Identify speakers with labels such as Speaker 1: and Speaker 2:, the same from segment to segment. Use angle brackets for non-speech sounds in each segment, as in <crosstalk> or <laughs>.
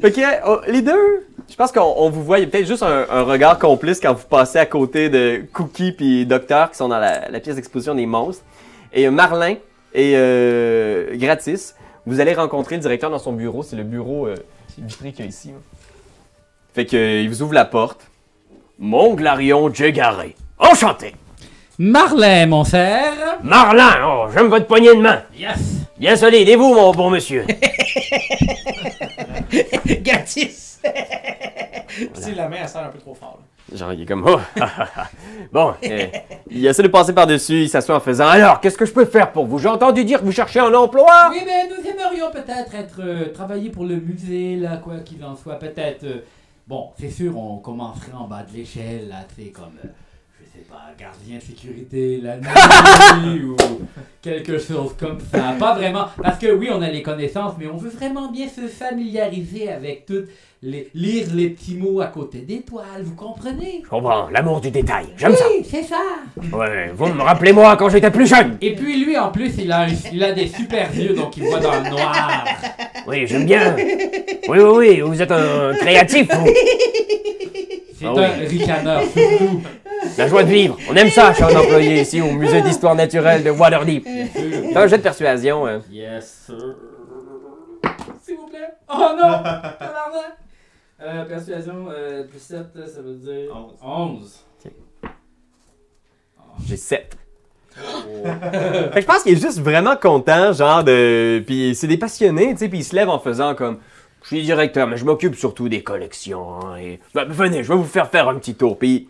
Speaker 1: Fait que, euh, les deux, je pense qu'on on vous voit, il y a peut-être juste un, un regard complice quand vous passez à côté de Cookie puis Docteur qui sont dans la, la pièce d'exposition des monstres. Et euh, Marlin et euh, Gratis, vous allez rencontrer le directeur dans son bureau. C'est le bureau euh, vitré qu'il y a ici. là. Fait que, euh, il vous ouvre la porte. Mon Glarion Jégaré.
Speaker 2: Enchanté!
Speaker 3: Marlin, mon frère!
Speaker 2: Marlin, oh, j'aime votre poignée de main.
Speaker 3: Yes!
Speaker 2: Bien solide, et vous, mon bon monsieur?
Speaker 4: Gratis! Si la main, elle sert un peu trop fort. là.
Speaker 1: Genre, il est comme, oh! <laughs> bon, euh, il essaie de passer par-dessus, il s'assoit en faisant, alors, qu'est-ce que je peux faire pour vous? J'ai entendu dire que vous cherchez un emploi!
Speaker 3: Ah. Oui, mais nous aimerions peut-être être euh, travailler pour le musée, là, quoi qu'il en soit. Peut-être. euh, bon, c'est sûr, on commencerait en bas de l'échelle, là, tu sais, comme. euh, je sais pas, gardien de sécurité, la
Speaker 2: <laughs>
Speaker 3: nuit, ou quelque chose comme ça. Pas vraiment. Parce que oui, on a les connaissances, mais on veut vraiment bien se familiariser avec toutes les. lire les petits mots à côté des toiles, vous comprenez?
Speaker 2: Je comprends, l'amour du détail.
Speaker 3: <laughs>
Speaker 2: J'aime ça.
Speaker 3: Oui, c'est ça!
Speaker 2: Ouais, vous me rappelez-moi quand j'étais plus jeune.
Speaker 3: Et puis lui, en plus, il a, un- il a des super yeux, donc il voit dans le noir.
Speaker 2: Oui, j'aime bien. Oui, oui, oui, vous êtes un créatif, vous.
Speaker 3: C'est
Speaker 1: Ah
Speaker 3: un ricaneur, surtout.
Speaker 2: La joie de vivre.
Speaker 1: On aime ça, cher employé, ici, au musée d'histoire naturelle de Waterdeep. Fais un jet de persuasion, hein.
Speaker 3: <laughs> Yes, sir. S'il vous plaît. Oh non! Tabarnak! <laughs> Euh, persuasion, euh, plus 7, ça veut dire...
Speaker 4: Onze.
Speaker 3: 11.
Speaker 1: J'ai 7. <gasps> fait que je pense qu'il est juste vraiment content, genre de. Puis c'est des passionnés, tu sais, puis il se lève en faisant comme. Je suis directeur, mais je m'occupe surtout des collections. hein, et... Ben, venez, je vais vous faire faire un petit tour. Puis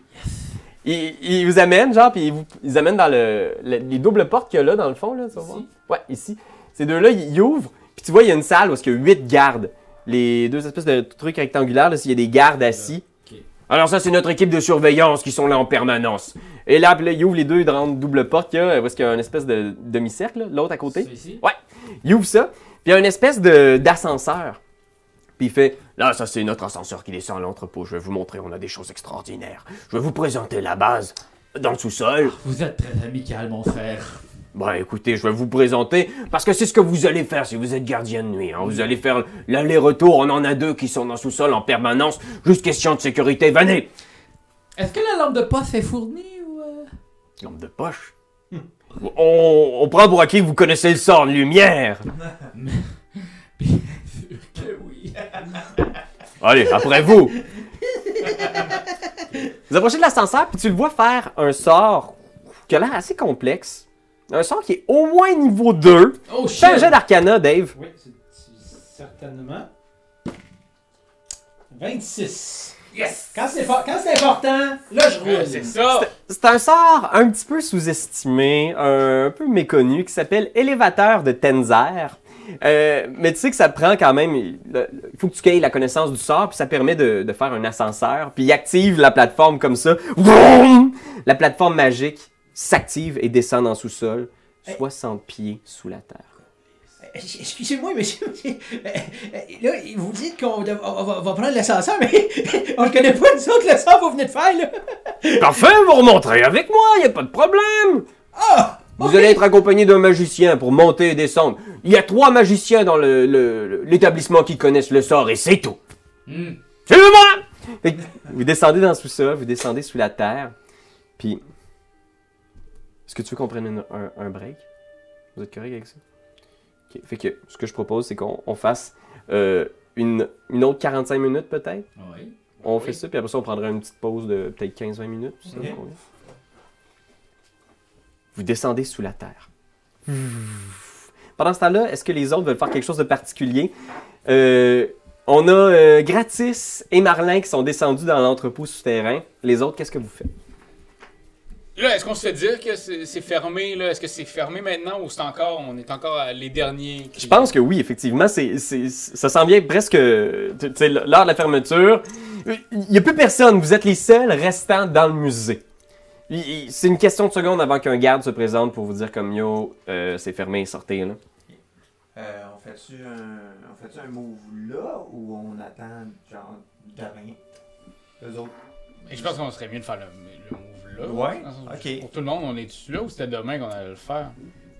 Speaker 1: il, il vous amène, genre, puis il vous ils amènent dans le, le- les doubles portes qu'il y a là, dans le fond, là, tu vas voir. Ouais, ici. Ces deux-là, ils ils ouvrent, puis tu vois, il y a une salle où il y a 8 gardes. Les deux espèces de trucs rectangulaires, là, s'il y a des gardes assis.
Speaker 2: Alors ça, c'est notre équipe de surveillance qui sont là en permanence.
Speaker 1: Et là, puis là, il ouvre les deux grandes doubles portes qu'il y a, où est-ce qu'il y a une espèce de demi-cercle, là, l'autre à côté.
Speaker 3: C'est ici?
Speaker 1: Il ouvre ça, puis il y a une espèce de- d'ascenseur. Puis il fait Là, ça, c'est notre ascenseur qui descend à l'entrepôt. Je vais vous montrer, on a des choses extraordinaires.
Speaker 2: Je vais vous présenter la base dans le sous-sol.
Speaker 3: Vous êtes très amical, mon frère.
Speaker 2: Bon, Bah, écoutez, je vais vous présenter parce que c'est ce que vous allez faire si vous êtes gardien de nuit. hein. Vous allez faire l'aller-retour. On en a deux qui sont dans le sous-sol en permanence. Juste question de sécurité. Venez.
Speaker 3: Est-ce que la lampe de poche est fournie ou... euh?
Speaker 2: Lampe de poche. On, on prend pour acquis que vous connaissez le sort de lumière.
Speaker 3: Bien sûr que oui.
Speaker 2: Allez, après vous.
Speaker 1: Vous approchez de l'ascenseur, puis tu le vois faire un sort qui a l'air assez complexe. Un sort qui est au moins niveau 2.
Speaker 3: Oh
Speaker 1: Fais un
Speaker 3: shit!
Speaker 1: jet d'arcana, Dave.
Speaker 4: Oui, c'est- c'est- certainement. 26.
Speaker 3: Yes!
Speaker 4: Quand c'est for- quand c'est important, là, je roule.
Speaker 3: C'est ça!
Speaker 1: C'est un sort un petit peu sous-estimé, un, un peu méconnu, qui s'appelle Élévateur de Tenzer. Euh, mais tu sais que ça prend quand même. Il le- il faut que tu aies la connaissance du sort, puis ça permet de, de faire un ascenseur. Puis il active la plateforme comme ça. Vroom! La plateforme magique s'active et descend dans le sous-sol, 60 pieds sous la terre.
Speaker 4: Euh, Excusez-moi, monsieur. euh, euh, Là, vous dites qu'on dev- on va, on va prendre l'ascenseur, mais <laughs> on ne connaît pas, nous autres, le sort que vous venez de faire, là.
Speaker 2: <laughs> Parfait, vous remonterez avec moi. Y a pas de problème.
Speaker 4: Ah!
Speaker 2: Vous
Speaker 4: Ok.
Speaker 2: allez être accompagné d'un magicien pour monter et descendre. Il y a trois magiciens dans le- le- le- l'établissement qui connaissent le sort et c'est tout.
Speaker 3: Hmm.
Speaker 2: Suivez-moi.
Speaker 1: Fait que vous descendez dans le sous-sol, vous descendez sous la terre, puis. Est-ce que tu veux qu'on prenne une- un, un break Vous êtes correct avec ça Ok. Fait que ce que je propose, c'est qu'on on fasse euh, une, une autre 45 minutes peut-être.
Speaker 3: Oui.
Speaker 1: On fait ça, puis après ça, on prendra une petite pause de peut-être 15-20 minutes. si ça vous
Speaker 4: Ok.
Speaker 1: convient. Vous descendez sous la terre. Pendant ce temps-là, est-ce que les autres veulent faire quelque chose de particulier? Euh, on a euh, Gratis et Marlin qui sont descendus dans l'entrepôt souterrain. Les autres, qu'est-ce que vous faites?
Speaker 5: Là, est-ce qu'on se fait dire que c'est c'est fermé, là? Est-ce que c'est fermé maintenant ou c'est encore, on est encore à- les derniers? qui-
Speaker 1: Je pense que oui, effectivement. c'est c'est- ça s'en vient presque... euh, tu sais, l'heure de la fermeture. Il n'y a plus personne. Vous êtes les seuls restants dans le musée. Il- il- C'est une question de seconde avant qu'un garde se présente pour vous dire comme yo, euh, c'est fermé, sortez. Là.
Speaker 6: Euh, on fait-tu un, on fait un move là ou on attend genre de rien? Eux autres.
Speaker 5: Mais Je pense qu'on serait mieux de faire le, le move là.
Speaker 6: Ouais,
Speaker 5: Dans le sens où-
Speaker 6: ok.
Speaker 5: Pour tout le monde, on est-tu là ou c'était demain qu'on allait le faire?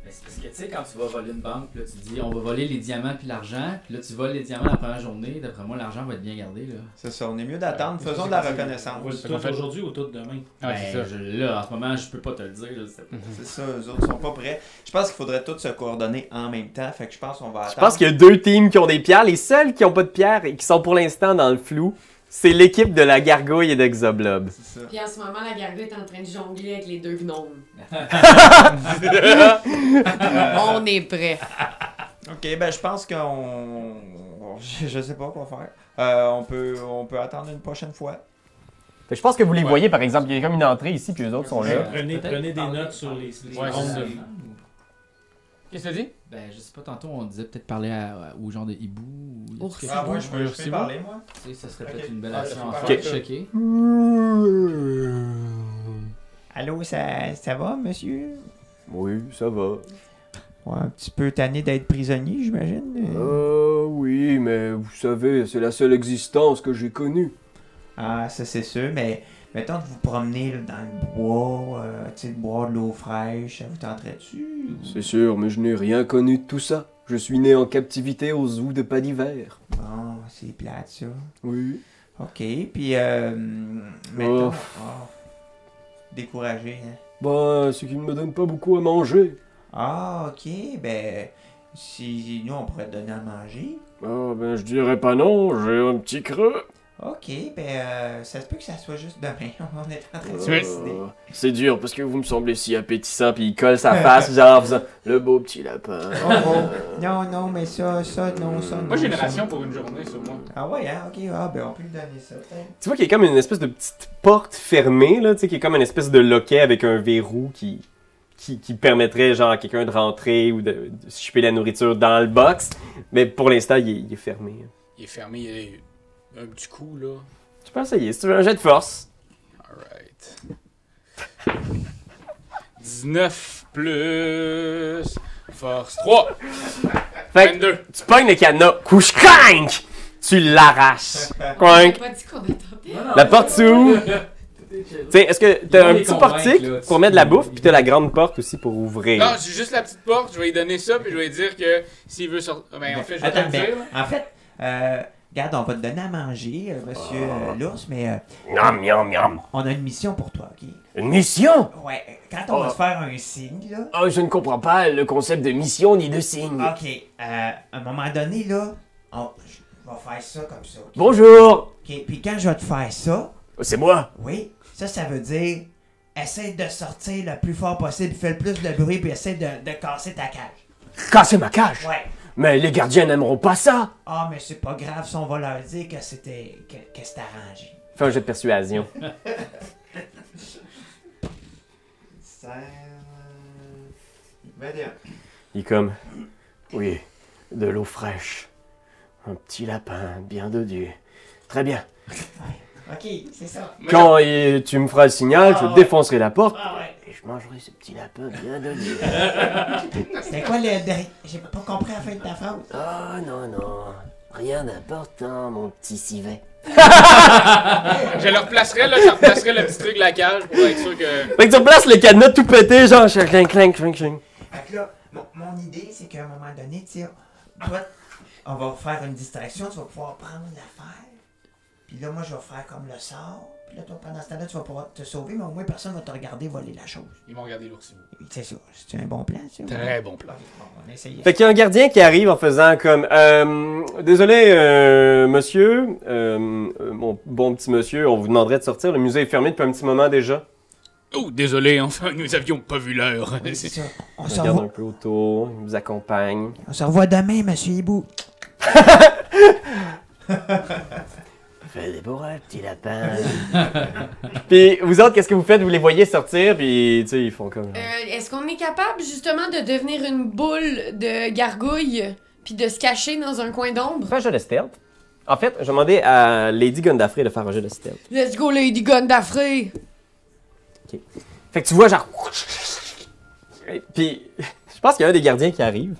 Speaker 3: Mais c'est parce que tu sais, quand tu vas voler une banque, puis là, tu dis on va voler les diamants puis l'argent, puis là, tu voles les diamants la première journée, d'après moi, l'argent va être bien gardé. là.
Speaker 6: C'est ça, on est mieux d'attendre. Faisons de la reconnaissance.
Speaker 7: Tout aujourd'hui ou tout demain?
Speaker 5: Ouais, c'est
Speaker 3: Ben,
Speaker 5: ça.
Speaker 3: je- là, en ce moment, je peux pas te le dire. là, c'est-
Speaker 6: C'est ça, eux autres sont pas prêts. Je pense qu'il faudrait tous se coordonner en même temps. Fait que je pense qu'on va
Speaker 1: Je
Speaker 6: attendre.
Speaker 1: pense qu'il y a deux teams qui ont des pierres. Les seuls qui n'ont pas de pierres et qui sont pour l'instant dans le flou, c'est l'équipe de la gargouille et d'Exoblob.
Speaker 6: C'est ça.
Speaker 8: Puis en ce moment, la gargouille est en train de jongler avec les deux gnomes. On est prêt.
Speaker 6: Ok, ben je pense qu'on. on- Je je sais pas quoi faire. Euh, on, peut, on peut attendre une prochaine fois.
Speaker 1: Fait que je pense que vous les
Speaker 5: Ouais.
Speaker 1: voyez, par exemple, il y a comme une entrée ici, puis les autres sont là.
Speaker 3: Ouais.
Speaker 7: Prenez,
Speaker 3: Peut-être
Speaker 7: prenez des
Speaker 3: parler-
Speaker 7: notes sur les, les
Speaker 5: Ouais,
Speaker 7: rondes
Speaker 5: c'est
Speaker 7: de
Speaker 5: ça. Qu'est-ce que tu dis?
Speaker 3: Ben, je sais pas, tantôt, on disait peut-être parler à- aux gens de hibou. Ou...
Speaker 8: Ours.
Speaker 3: Tu
Speaker 8: Ah ouais,
Speaker 3: je peux- je peux C'est parler,
Speaker 6: moi.
Speaker 3: sais, ça serait
Speaker 6: Ok.
Speaker 3: peut-être une belle
Speaker 5: Ah,
Speaker 3: action
Speaker 5: je
Speaker 3: à
Speaker 5: peux
Speaker 3: faire.
Speaker 5: parler.
Speaker 3: Checker.
Speaker 6: Allô, ça, ça va, monsieur?
Speaker 1: Oui, ça va.
Speaker 6: Ouais, un petit peu tanné d'être prisonnier, j'imagine.
Speaker 1: Euh, oui, mais vous savez, c'est la seule existence que j'ai connue.
Speaker 6: Ah, ça c'est sûr, mais mettons de vous promener là, dans le bois, euh, tu sais, de boire de l'eau fraîche, ça vous tenterait-tu? ou-
Speaker 1: C'est sûr, mais je n'ai rien connu de tout ça. Je suis né en captivité au zoo de pas d'hiver.
Speaker 6: Bon, c'est plate ça.
Speaker 1: Oui.
Speaker 6: Ok, puis euh, mettons.
Speaker 1: Ouf.
Speaker 6: oh, découragé, hein.
Speaker 1: Bah, ce qui ne me donne pas beaucoup à manger.
Speaker 6: Ah, ok, ben. Si nous, on pourrait te donner à manger.
Speaker 1: Ah, ben, je dirais pas non, j'ai un petit creux.
Speaker 6: Ok, ben, euh, ça se peut que ça soit juste demain. <laughs> on est en train de se
Speaker 5: Ouais.
Speaker 6: décider.
Speaker 1: Ah, C'est dur parce que vous me semblez si appétissant, puis il colle sa face, genre en faisant, le beau petit <laughs> lapin.
Speaker 6: Oh, oh, non, non, mais ça, ça, non, ça, non.
Speaker 5: Moi, j'ai une
Speaker 6: ça.
Speaker 5: ration pour une journée, sur moi.
Speaker 6: Ah, ouais, hein, ok, ah, ben, on peut lui donner ça. peut-être.
Speaker 1: Tu vois qu'il y a comme une espèce de petite porte fermée, là, tu sais, qui est comme une espèce de loquet avec un verrou qui, qui, qui permettrait, genre, à quelqu'un de rentrer ou de, de choper la nourriture dans le box. Mais pour l'instant, il, est- il est fermé.
Speaker 5: Il est fermé, il y a un petit coup, là.
Speaker 1: Tu peux essayer, si tu veux un jet de force.
Speaker 5: Alright. 19 plus force 3.
Speaker 1: Fait que
Speaker 5: 22.
Speaker 1: tu pognes le cadenas, couche crank! Tu l'arraches.
Speaker 8: J'ai
Speaker 1: Crank!
Speaker 8: pas dit qu'on attendait.
Speaker 1: La porte s'ouvre. Tu sais, est-ce que
Speaker 3: Ils vont
Speaker 1: t'as un
Speaker 3: les
Speaker 1: petit
Speaker 3: convaincre,
Speaker 1: portique
Speaker 3: là, tu-
Speaker 1: pour mettre de la bouffe, puis t'as la grande porte aussi pour ouvrir?
Speaker 5: Non, j'ai juste la petite porte, je vais lui donner ça, puis je vais lui dire que s'il veut sortir. Ben, en fait, je vais te
Speaker 6: Attends,
Speaker 5: le
Speaker 6: ben,
Speaker 5: dire. là.
Speaker 6: en fait, euh, regarde, on va te donner à manger, euh, monsieur euh, l'ours, mais euh,
Speaker 2: Ah. Miam, miam, miam.
Speaker 6: on a une mission pour toi, ok?
Speaker 2: Une mission
Speaker 6: Ouais, euh, quand on
Speaker 5: Ah.
Speaker 6: va se faire un signe, là,
Speaker 2: Ah, je ne comprends pas le concept de mission ni de signe.
Speaker 6: ok, euh, à un moment donné, là, on, je vais faire ça comme ça, ok?
Speaker 2: Bonjour
Speaker 6: Ok, puis quand je vais te faire ça,
Speaker 2: C'est moi
Speaker 6: oui, ça, ça veut dire essaie de sortir le plus fort possible, fais le plus de bruit, puis essaie de, de casser ta cage.
Speaker 2: Cassez ma cage
Speaker 6: Ouais.
Speaker 2: Mais les gardiens n'aimeront pas ça
Speaker 6: Ah, mais c'est pas grave si on va leur dire que c'était. que, que c'était arrangé.
Speaker 1: Fais un jet de persuasion.
Speaker 6: euh, 21.
Speaker 1: Il est comme. Oui, de l'eau fraîche. Un petit lapin, bien dodu. Très bien.
Speaker 6: Ok, c'est ça.
Speaker 1: Quand il- tu me feras le signal, je défoncerai la porte
Speaker 6: Ah ouais.
Speaker 1: et je mangerai ce petit lapin bien dodu.
Speaker 6: C'était quoi le dernier. J'ai pas compris la fin de ta phrase.
Speaker 2: Oh non, non Rien d'important, mon petit civet.
Speaker 5: Je le replacerai, là, je replacerai le petit truc de la cage pour être sûr que.
Speaker 1: Fait que tu replaces le cadenas tout pété, genre Ah, clink, clink, clink, clink.
Speaker 6: Fait que là, mon, mon idée, c'est qu'à un moment donné, tu sais, toi, on va faire une distraction, tu vas pouvoir prendre l'affaire. Puis là, moi, je vais faire comme le sort. Puis là, toi, pendant ce temps-là, tu vas pouvoir te sauver, mais au moins, personne va te regarder voler la chose.
Speaker 5: Ils m'ont regardé l'oursibou.
Speaker 6: C'est ça. C'est un bon plan, ça.
Speaker 5: Très bon plan.
Speaker 6: Bon, on essayait.
Speaker 1: Fait qu'il y a un gardien qui arrive en faisant comme euh, Désolé, euh, monsieur, euh, euh, mon bon petit monsieur, on vous demanderait de sortir. Le musée est fermé depuis un petit moment déjà.
Speaker 5: Oh, désolé, enfin, nous avions pas vu l'heure.
Speaker 6: Oui, c'est ça. On
Speaker 1: Il
Speaker 6: se
Speaker 1: regarde un
Speaker 6: revoit,
Speaker 1: peu autour, il vous accompagne.
Speaker 6: on se revoit demain, monsieur Hibou.
Speaker 2: Fais des bourrelles, petit lapin.
Speaker 1: <laughs> Puis vous autres, qu'est-ce que vous faites Vous les voyez sortir, puis tu sais, ils font comme. genre,
Speaker 8: Euh, Est-ce qu'on est capable justement de devenir une boule de gargouille puis de se cacher dans un coin d'ombre?
Speaker 1: Fais un jeu de stealth. En fait, je demandais à Lady Gundafrey de faire un jeu de stealth.
Speaker 8: Let's go, Lady Gondafrey!
Speaker 1: Fait que tu vois, genre. Puis, je pense qu'il y a un des gardiens qui arrive.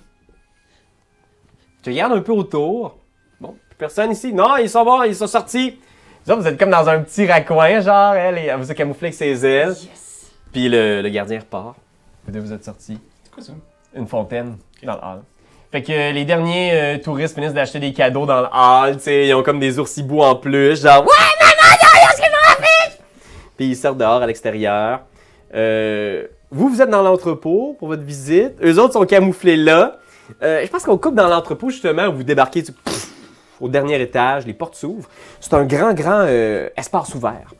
Speaker 1: Tu regardes un peu autour. Bon, plus personne ici. Non, ils sont bons, ils sont sortis. Là, vous êtes comme dans un petit raccoin, genre, elle, et elle vous a camouflé avec ses ailes.
Speaker 8: Yes!
Speaker 1: Puis le, le gardien repart. Vous deux, vous êtes sortis.
Speaker 5: C'est quoi ça?
Speaker 1: une fontaine dans le hall. Fait que euh, les derniers euh, touristes finissent d'acheter des cadeaux dans le hall, tu sais, ils ont comme des oursibous en plus, genre « Ouais, maman, y'a rien qui m'en fiche! Puis ils sortent dehors à l'extérieur. Euh, vous, vous êtes dans l'entrepôt pour votre visite. Eux autres sont camouflés là. Euh, je pense qu'on coupe dans l'entrepôt justement où vous débarquez tu- pff, au dernier étage, les portes s'ouvrent. C'est un grand, grand euh, espace ouvert.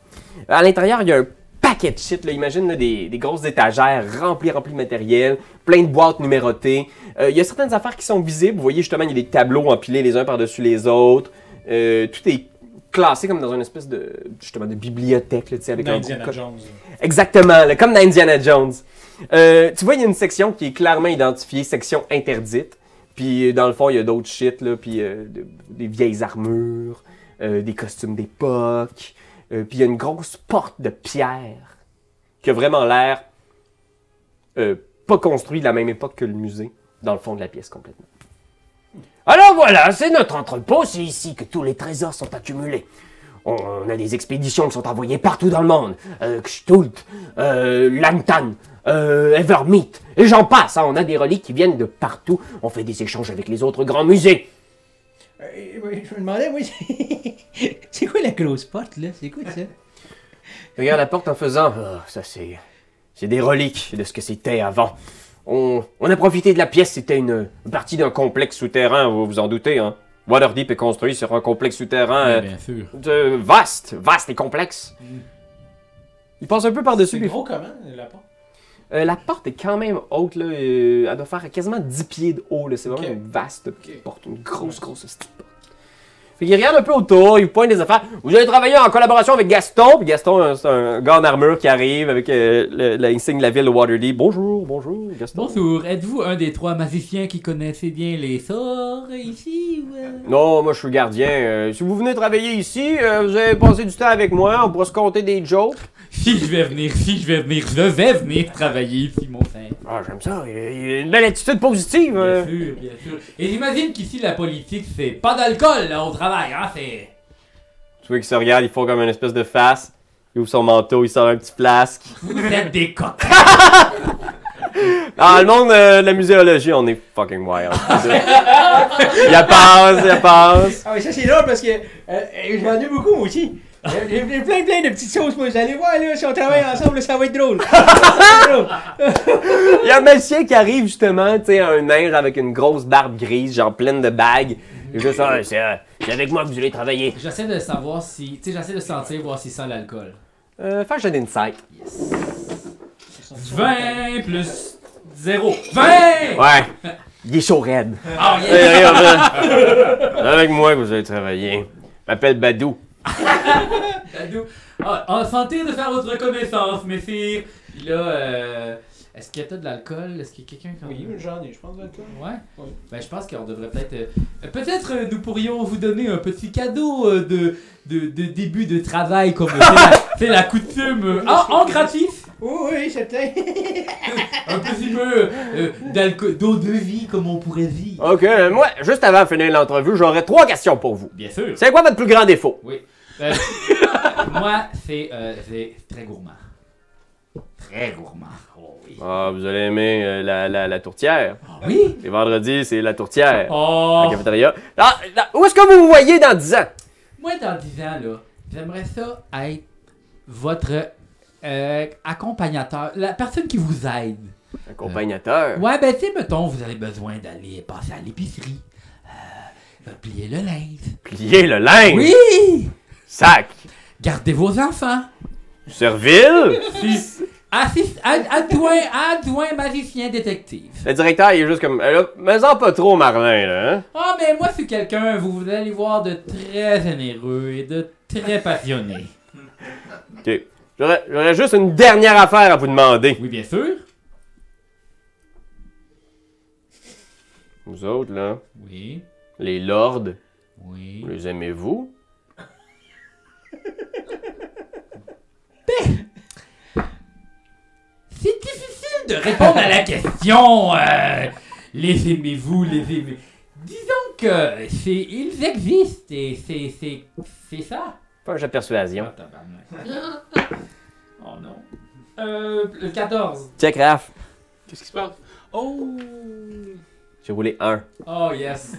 Speaker 1: À l'intérieur, il y a un paquet de shit. Là. Imagine là, des, des grosses étagères remplies, remplies de matériel, plein de boîtes numérotées. Euh, il y a certaines affaires qui sont visibles. Vous voyez justement, il y a des tableaux empilés les uns par-dessus les autres. Euh, tout est classé comme dans une espèce de justement de bibliothèque là, tu sais, avec
Speaker 7: Dans
Speaker 1: un
Speaker 7: Indiana
Speaker 1: gros-
Speaker 7: Jones.
Speaker 1: Exactement, là, comme dans Indiana Jones. Euh, tu vois, il y a une section qui est clairement identifiée, section interdite. Puis euh, dans le fond, il y a d'autres shit, là, puis euh, de- des vieilles armures, euh, des costumes d'époque. Euh, puis il y a une grosse porte de pierre qui a vraiment l'air euh, pas construite de la même époque que le musée, dans le fond de la pièce complètement.
Speaker 2: Alors voilà, c'est notre entrepôt, c'est ici que tous les trésors sont accumulés. On on a des expéditions qui sont envoyées partout dans le monde. Euh, Kshtult, euh, Lantan, euh, Evermeet, et j'en passe. hein. On a des reliques qui viennent de partout. On fait des échanges avec les autres grands musées.
Speaker 4: Euh, oui, je me demandais, moi, c'est- <laughs> c'est quoi la grosse porte, là? C'est quoi ça?
Speaker 2: Regarde la porte en faisant. Ah, ça c'est. C'est des reliques de ce que c'était avant. On, on a profité de la pièce, c'était une partie d'un complexe souterrain, vous vous en doutez, hein. Waterdeep est construit sur un complexe souterrain euh,
Speaker 3: bien sûr.
Speaker 2: de vaste, vaste et complexe.
Speaker 1: Il passe un peu par-dessus,
Speaker 7: C'est
Speaker 1: puis
Speaker 7: gros comment, la porte?
Speaker 1: Euh, la porte est quand même haute, là. euh, elle doit faire quasiment 10 pieds de haut, là. C'est vraiment
Speaker 7: Ok.
Speaker 1: une vaste porte, une grosse, grosse petite porte. Fait qu'il regarde un peu autour, il pointe des affaires. Vous allez travailler en collaboration avec Gaston. Puis Gaston, euh, c'est un gars en armure qui arrive avec euh, le- l'insigne de la ville de Waterdeep. Bonjour, bonjour, Gaston.
Speaker 3: Bonjour, êtes-vous un des trois magiciens qui connaissez bien les sorts ici ou, euh?
Speaker 2: Non, moi je suis gardien. Euh, si vous venez travailler ici, euh, vous allez passer du temps avec moi, on pourra se compter des jokes.
Speaker 3: Si je vais venir, si je vais venir, je vais venir travailler ici, mon frère.
Speaker 2: Ah, j'aime ça, il y a- il y a une belle attitude positive. euh.
Speaker 1: hein.
Speaker 3: Bien sûr, bien sûr. Et j'imagine qu'ici, la politique, c'est pas d'alcool là, au travail, hein, c'est.
Speaker 1: Tu vois qu'il se regarde, il font comme une espèce de face. Il ouvre son manteau, il sort un petit flasque.
Speaker 3: Vous êtes des coqs.
Speaker 1: Ah, le monde euh, de la muséologie, on est fucking <laughs> wild. il a passe, il a passe.
Speaker 4: Ah oui, ça c'est drôle parce que euh, euh, j'en ai beaucoup moi aussi. Euh, J'ai j'ai plein plein de petites choses, moi. Vous allez voir, là, si on travaille
Speaker 7: Ah.
Speaker 4: ensemble, là, ça va être
Speaker 7: <laughs>
Speaker 4: drôle. Ça va être drôle.
Speaker 1: Il y a un magicien qui arrive justement, tu sais, un nain avec une grosse barbe grise, genre pleine de bagues. Et juste, ah,
Speaker 2: Ah, c'est euh, c'est avec moi que vous allez travailler.
Speaker 3: J'essaie de savoir si. Tu sais, j'essaie de sentir, voir si ça l'alcool.
Speaker 1: euh, fais un jeu d'insight.
Speaker 3: 20 plus 0. 20!
Speaker 1: Ouais. Il est chaud raide.
Speaker 3: Ah, yeah.
Speaker 1: Hey, regarde, <laughs> là. C'est avec moi que vous allez travailler. Je m'appelle Badou.
Speaker 3: Badou. Ah, enchanté de faire votre connaissance, messire. Puis là, euh, est-ce qu'il y a de l'alcool? Est-ce qu'il y a quelqu'un qui en
Speaker 7: Oui, j'en ai, je pense, d'alcool.
Speaker 3: Ouais.
Speaker 7: Oui.
Speaker 3: Ben, je pense qu'on devrait peut-être. euh, euh, peut-être euh, nous pourrions vous donner un petit cadeau euh, de, de, de début de travail, comme euh, c'est
Speaker 7: <laughs>
Speaker 3: la- c'est la, coutume. euh, en, en gratis
Speaker 4: Oui, oui, certain.
Speaker 3: Un petit peu euh, d'alco- d'eau de vie, comme on pourrait dire.
Speaker 7: Ah.
Speaker 2: Ok, euh, moi, juste avant de finir l'entrevue, j'aurais trois questions pour vous.
Speaker 3: Bien sûr.
Speaker 2: C'est quoi votre plus grand défaut?
Speaker 3: Euh, moi, c'est euh, c'est très gourmand. Très gourmand. Oh oui.
Speaker 1: Ah, vous allez aimer euh, la, la, la tourtière.
Speaker 3: Ah oui?
Speaker 1: Les vendredis, c'est la tourtière. à La
Speaker 3: Oh!
Speaker 1: cafétéria. Ah, là, où est-ce que vous vous voyez dans 10 ans?
Speaker 3: Moi, dans 10 ans, là, j'aimerais ça être votre euh, accompagnateur, la personne qui vous aide.
Speaker 1: Accompagnateur.
Speaker 3: Ouais, ben, tu sais, mettons, vous avez besoin d'aller passer à l'épicerie, euh, plier le linge.
Speaker 1: Plier le linge.
Speaker 3: Oui!
Speaker 1: Sac.
Speaker 3: Gardez vos enfants.
Speaker 1: Servile.
Speaker 3: Assist, ad- adjoint, adjoint magicien détective.
Speaker 1: Le directeur, il est juste comme. euh, là, Mets-en pas trop, Marlin, là. hein?
Speaker 3: Ah, mais moi, c'est quelqu'un, vous, vous allez voir, de très généreux et de très passionné.
Speaker 1: OK. J'aurais j'aurais juste une dernière affaire à vous demander.
Speaker 3: Oui, bien sûr.
Speaker 1: Vous autres, là,
Speaker 3: Oui,
Speaker 1: les lords,
Speaker 3: oui.
Speaker 1: vous les aimez-vous?
Speaker 3: C'est difficile de répondre à la question. euh, les aimez-vous, les aimez. Disons que c'est, ils existent et c'est, c'est, c'est ça.
Speaker 1: Pas un jeu de persuasion.
Speaker 3: Ah, tabarnak. oh non. Euh, le 14.
Speaker 1: Check, Raph.
Speaker 5: Qu'est-ce qui se passe? Oh!
Speaker 1: J'ai roulé un.
Speaker 3: Oh yes.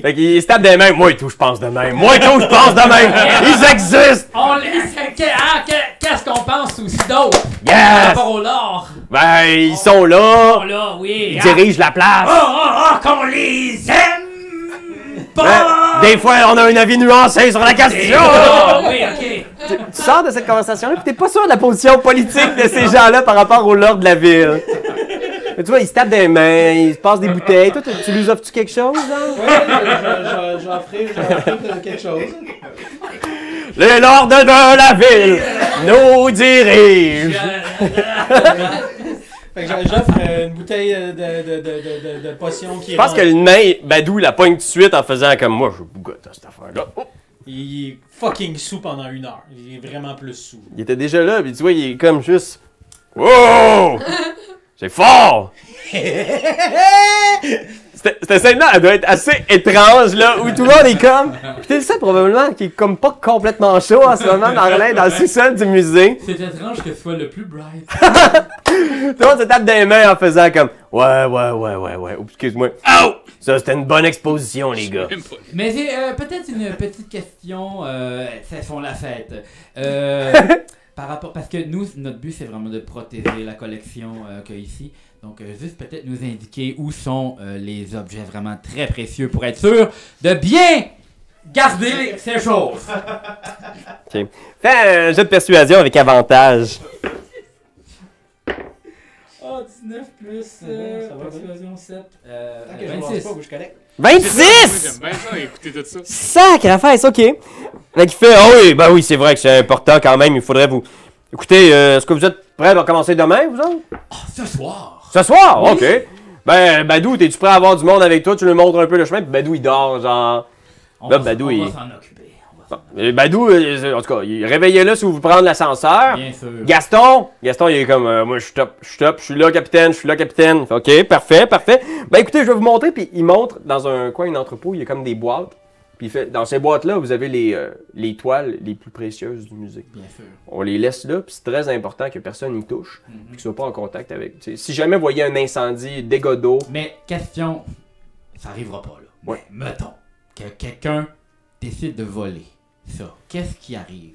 Speaker 1: Fait qu'il se tape des mains. Moi et tout, je pense de même. Moi et tout, je pense de même. Ils existent!
Speaker 3: On les- que- ah, que- Qu'est-ce qu'on pense aussi d'autre par
Speaker 1: Yes!
Speaker 3: rapport au lore?
Speaker 1: Ben, ils sont
Speaker 3: Oh
Speaker 1: là.
Speaker 3: là, oui.
Speaker 1: Ils
Speaker 3: ah.
Speaker 1: dirigent la place.
Speaker 3: Oh, oh, oh, qu'on les aime pas!
Speaker 1: Ben, des fois, on a un avis nuancé sur la question.
Speaker 3: Oh, oui, ok.
Speaker 1: Tu <laughs> sors de cette conversation-là, puis t'es pas sûr de la position politique de ces gens-là par rapport au lord de la ville. Mais tu vois, ils se tapent des mains, ils se passent des bouteilles. Toi, tu tu lui offres-tu quelque chose, hein? genre?
Speaker 7: Ouais, je- je- j'en ferai, j'en ferai euh, quelque chose.
Speaker 1: Les lords de la ville nous dirigent.
Speaker 7: Fait que j'offre euh, une bouteille euh, de, de, de, de, de, de potion qui
Speaker 1: Je pense que
Speaker 7: rend-
Speaker 1: le nain, Badou, il la pogne tout de suite en faisant comme moi, je bougotte à cette affaire-là. Oh!
Speaker 7: Il est fucking sous pendant une heure. Il est vraiment plus sous.
Speaker 1: Il était déjà là, puis tu vois, il est comme juste. Wow! C'est fort! C'était c'était celle-là, elle doit être assez étrange, là, où tout le monde est comme. Puis t'es le seul, probablement, qui est comme pas complètement chaud en ce moment dans l'air, dans le sous-sol du musée.
Speaker 3: C'est étrange que ce soit le plus bright.
Speaker 1: Tout le monde se tape des mains en faisant comme. Ouais, ouais, ouais, ouais, ouais. Oups, excuse-moi. Oh! Ça, c'était une bonne exposition, les gars.
Speaker 5: Même pas.
Speaker 3: Mais j'ai euh, peut-être une petite question. Euh, c'est font la fête.
Speaker 1: <laughs>
Speaker 3: Euh, par rapport, parce que nous, notre but, c'est vraiment de protéger la collection euh, qu'il y a ici. Donc, euh, juste peut-être nous indiquer où sont euh, les objets vraiment très précieux pour être sûr de bien garder ces choses.
Speaker 1: Fais un jeu de persuasion avec avantage.
Speaker 3: Oh, 19 plus
Speaker 7: euh, Ça va, Ben, persuasion
Speaker 3: 7. Euh,
Speaker 7: Tant que je me lance pas, moi, je connais.
Speaker 1: 26!
Speaker 5: J'aime bien ça, écouter tout ça.
Speaker 1: Sacré-fesse, ok. Fait qu'il fait, oh oui, ben oui, c'est vrai que c'est important quand même, il faudrait vous. Écoutez, euh, est-ce que vous êtes prêts à commencer demain, vous autres?
Speaker 3: Ah, ce soir.
Speaker 1: Ce soir? Ok. Ben, Badou, t'es-tu prêt à avoir du monde avec toi? Tu lui montres un peu le chemin, puis Badou, il dort, genre.
Speaker 3: On
Speaker 1: Là,
Speaker 3: va,
Speaker 1: Badou,
Speaker 3: on va
Speaker 1: il-
Speaker 3: s'en occuper. On va s'en-
Speaker 1: Euh, Badou, euh, en tout cas, il- réveillez-le si vous voulez prendre l'ascenseur.
Speaker 3: Bien sûr.
Speaker 1: Gaston, Gaston, il est comme, euh, moi, je suis top, je suis top, je suis là, capitaine, je suis là, capitaine. Fait, Ok, parfait, parfait. Ben, écoutez, je vais vous montrer, puis il montre dans un coin, une entrepôt, il y a comme des boîtes. Puis il fait, dans ces boîtes-là, vous avez les, euh, les toiles les plus précieuses du musée.
Speaker 3: Bien sûr.
Speaker 1: On les laisse là, puis c'est très important que personne n'y touche, puis qu'ils soient pas en contact avec. tu sais, si jamais vous voyez un incendie, dégâts d'eau,
Speaker 3: Mais question, ça arrivera pas là. Mais
Speaker 1: Ouais.
Speaker 3: mettons que quelqu'un décide de voler ça. Qu'est-ce qui arrive?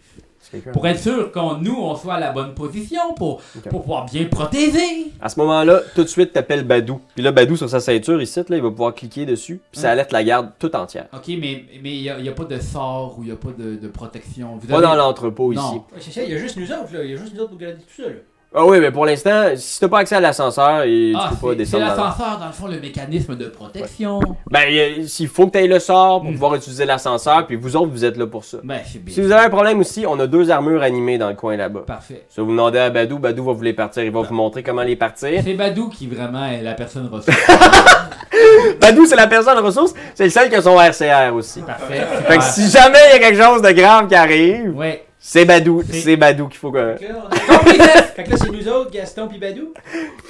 Speaker 1: c'est quelqu'un-
Speaker 3: Pour être sûr qu'on nous on soit à la bonne position pour,
Speaker 1: Ok.
Speaker 3: pour pouvoir bien protéger.
Speaker 1: à ce moment-là, tout de suite, t'appelles Badou. Puis là, Badou, sur sa ceinture, ici, là, il va pouvoir cliquer dessus, puis ça alerte la garde tout entière.
Speaker 3: Ok, mais mais il n'y a, y a pas de sort ou il n'y a pas de, de protection. Vous
Speaker 1: Pas
Speaker 3: avez-
Speaker 1: dans l'entrepôt ici.
Speaker 3: Non.
Speaker 7: Ouais, c'est ça, il y a juste nous autres, là. Il y a juste nous autres pour garder tout ça, là.
Speaker 1: Ah oui, mais pour l'instant, si t'as pas accès à l'ascenseur, et
Speaker 3: Ah,
Speaker 1: tu peux pas
Speaker 3: c'est- c'est
Speaker 1: descendre. dans-
Speaker 3: l'ascenseur, dans le fond, le mécanisme de protection.
Speaker 1: Ben, euh, s'il faut que t'aies le sort pour pouvoir utiliser l'ascenseur, puis vous autres, vous êtes là pour ça.
Speaker 3: Ben, c'est Hmm. bien.
Speaker 1: Si vous avez un problème aussi, on a deux armures animées dans le coin là-bas.
Speaker 3: Parfait.
Speaker 1: Si vous demandez à Badou, Badou va vous les partir. Il va vous montrer comment les partir.
Speaker 3: <laughs> C'est Badou qui vraiment est la personne ressource.
Speaker 1: Badou, c'est la personne ressource, c'est le seul qui a son RCR aussi.
Speaker 3: Parfait.
Speaker 1: Fait que si jamais il y a quelque chose de grave qui arrive,
Speaker 3: Ouais.
Speaker 1: c'est Badou,
Speaker 3: C'est-
Speaker 1: c'est Badou qu'il faut que...
Speaker 7: Fait que là, on est- Fait que là, c'est nous autres, Gaston pis Badou.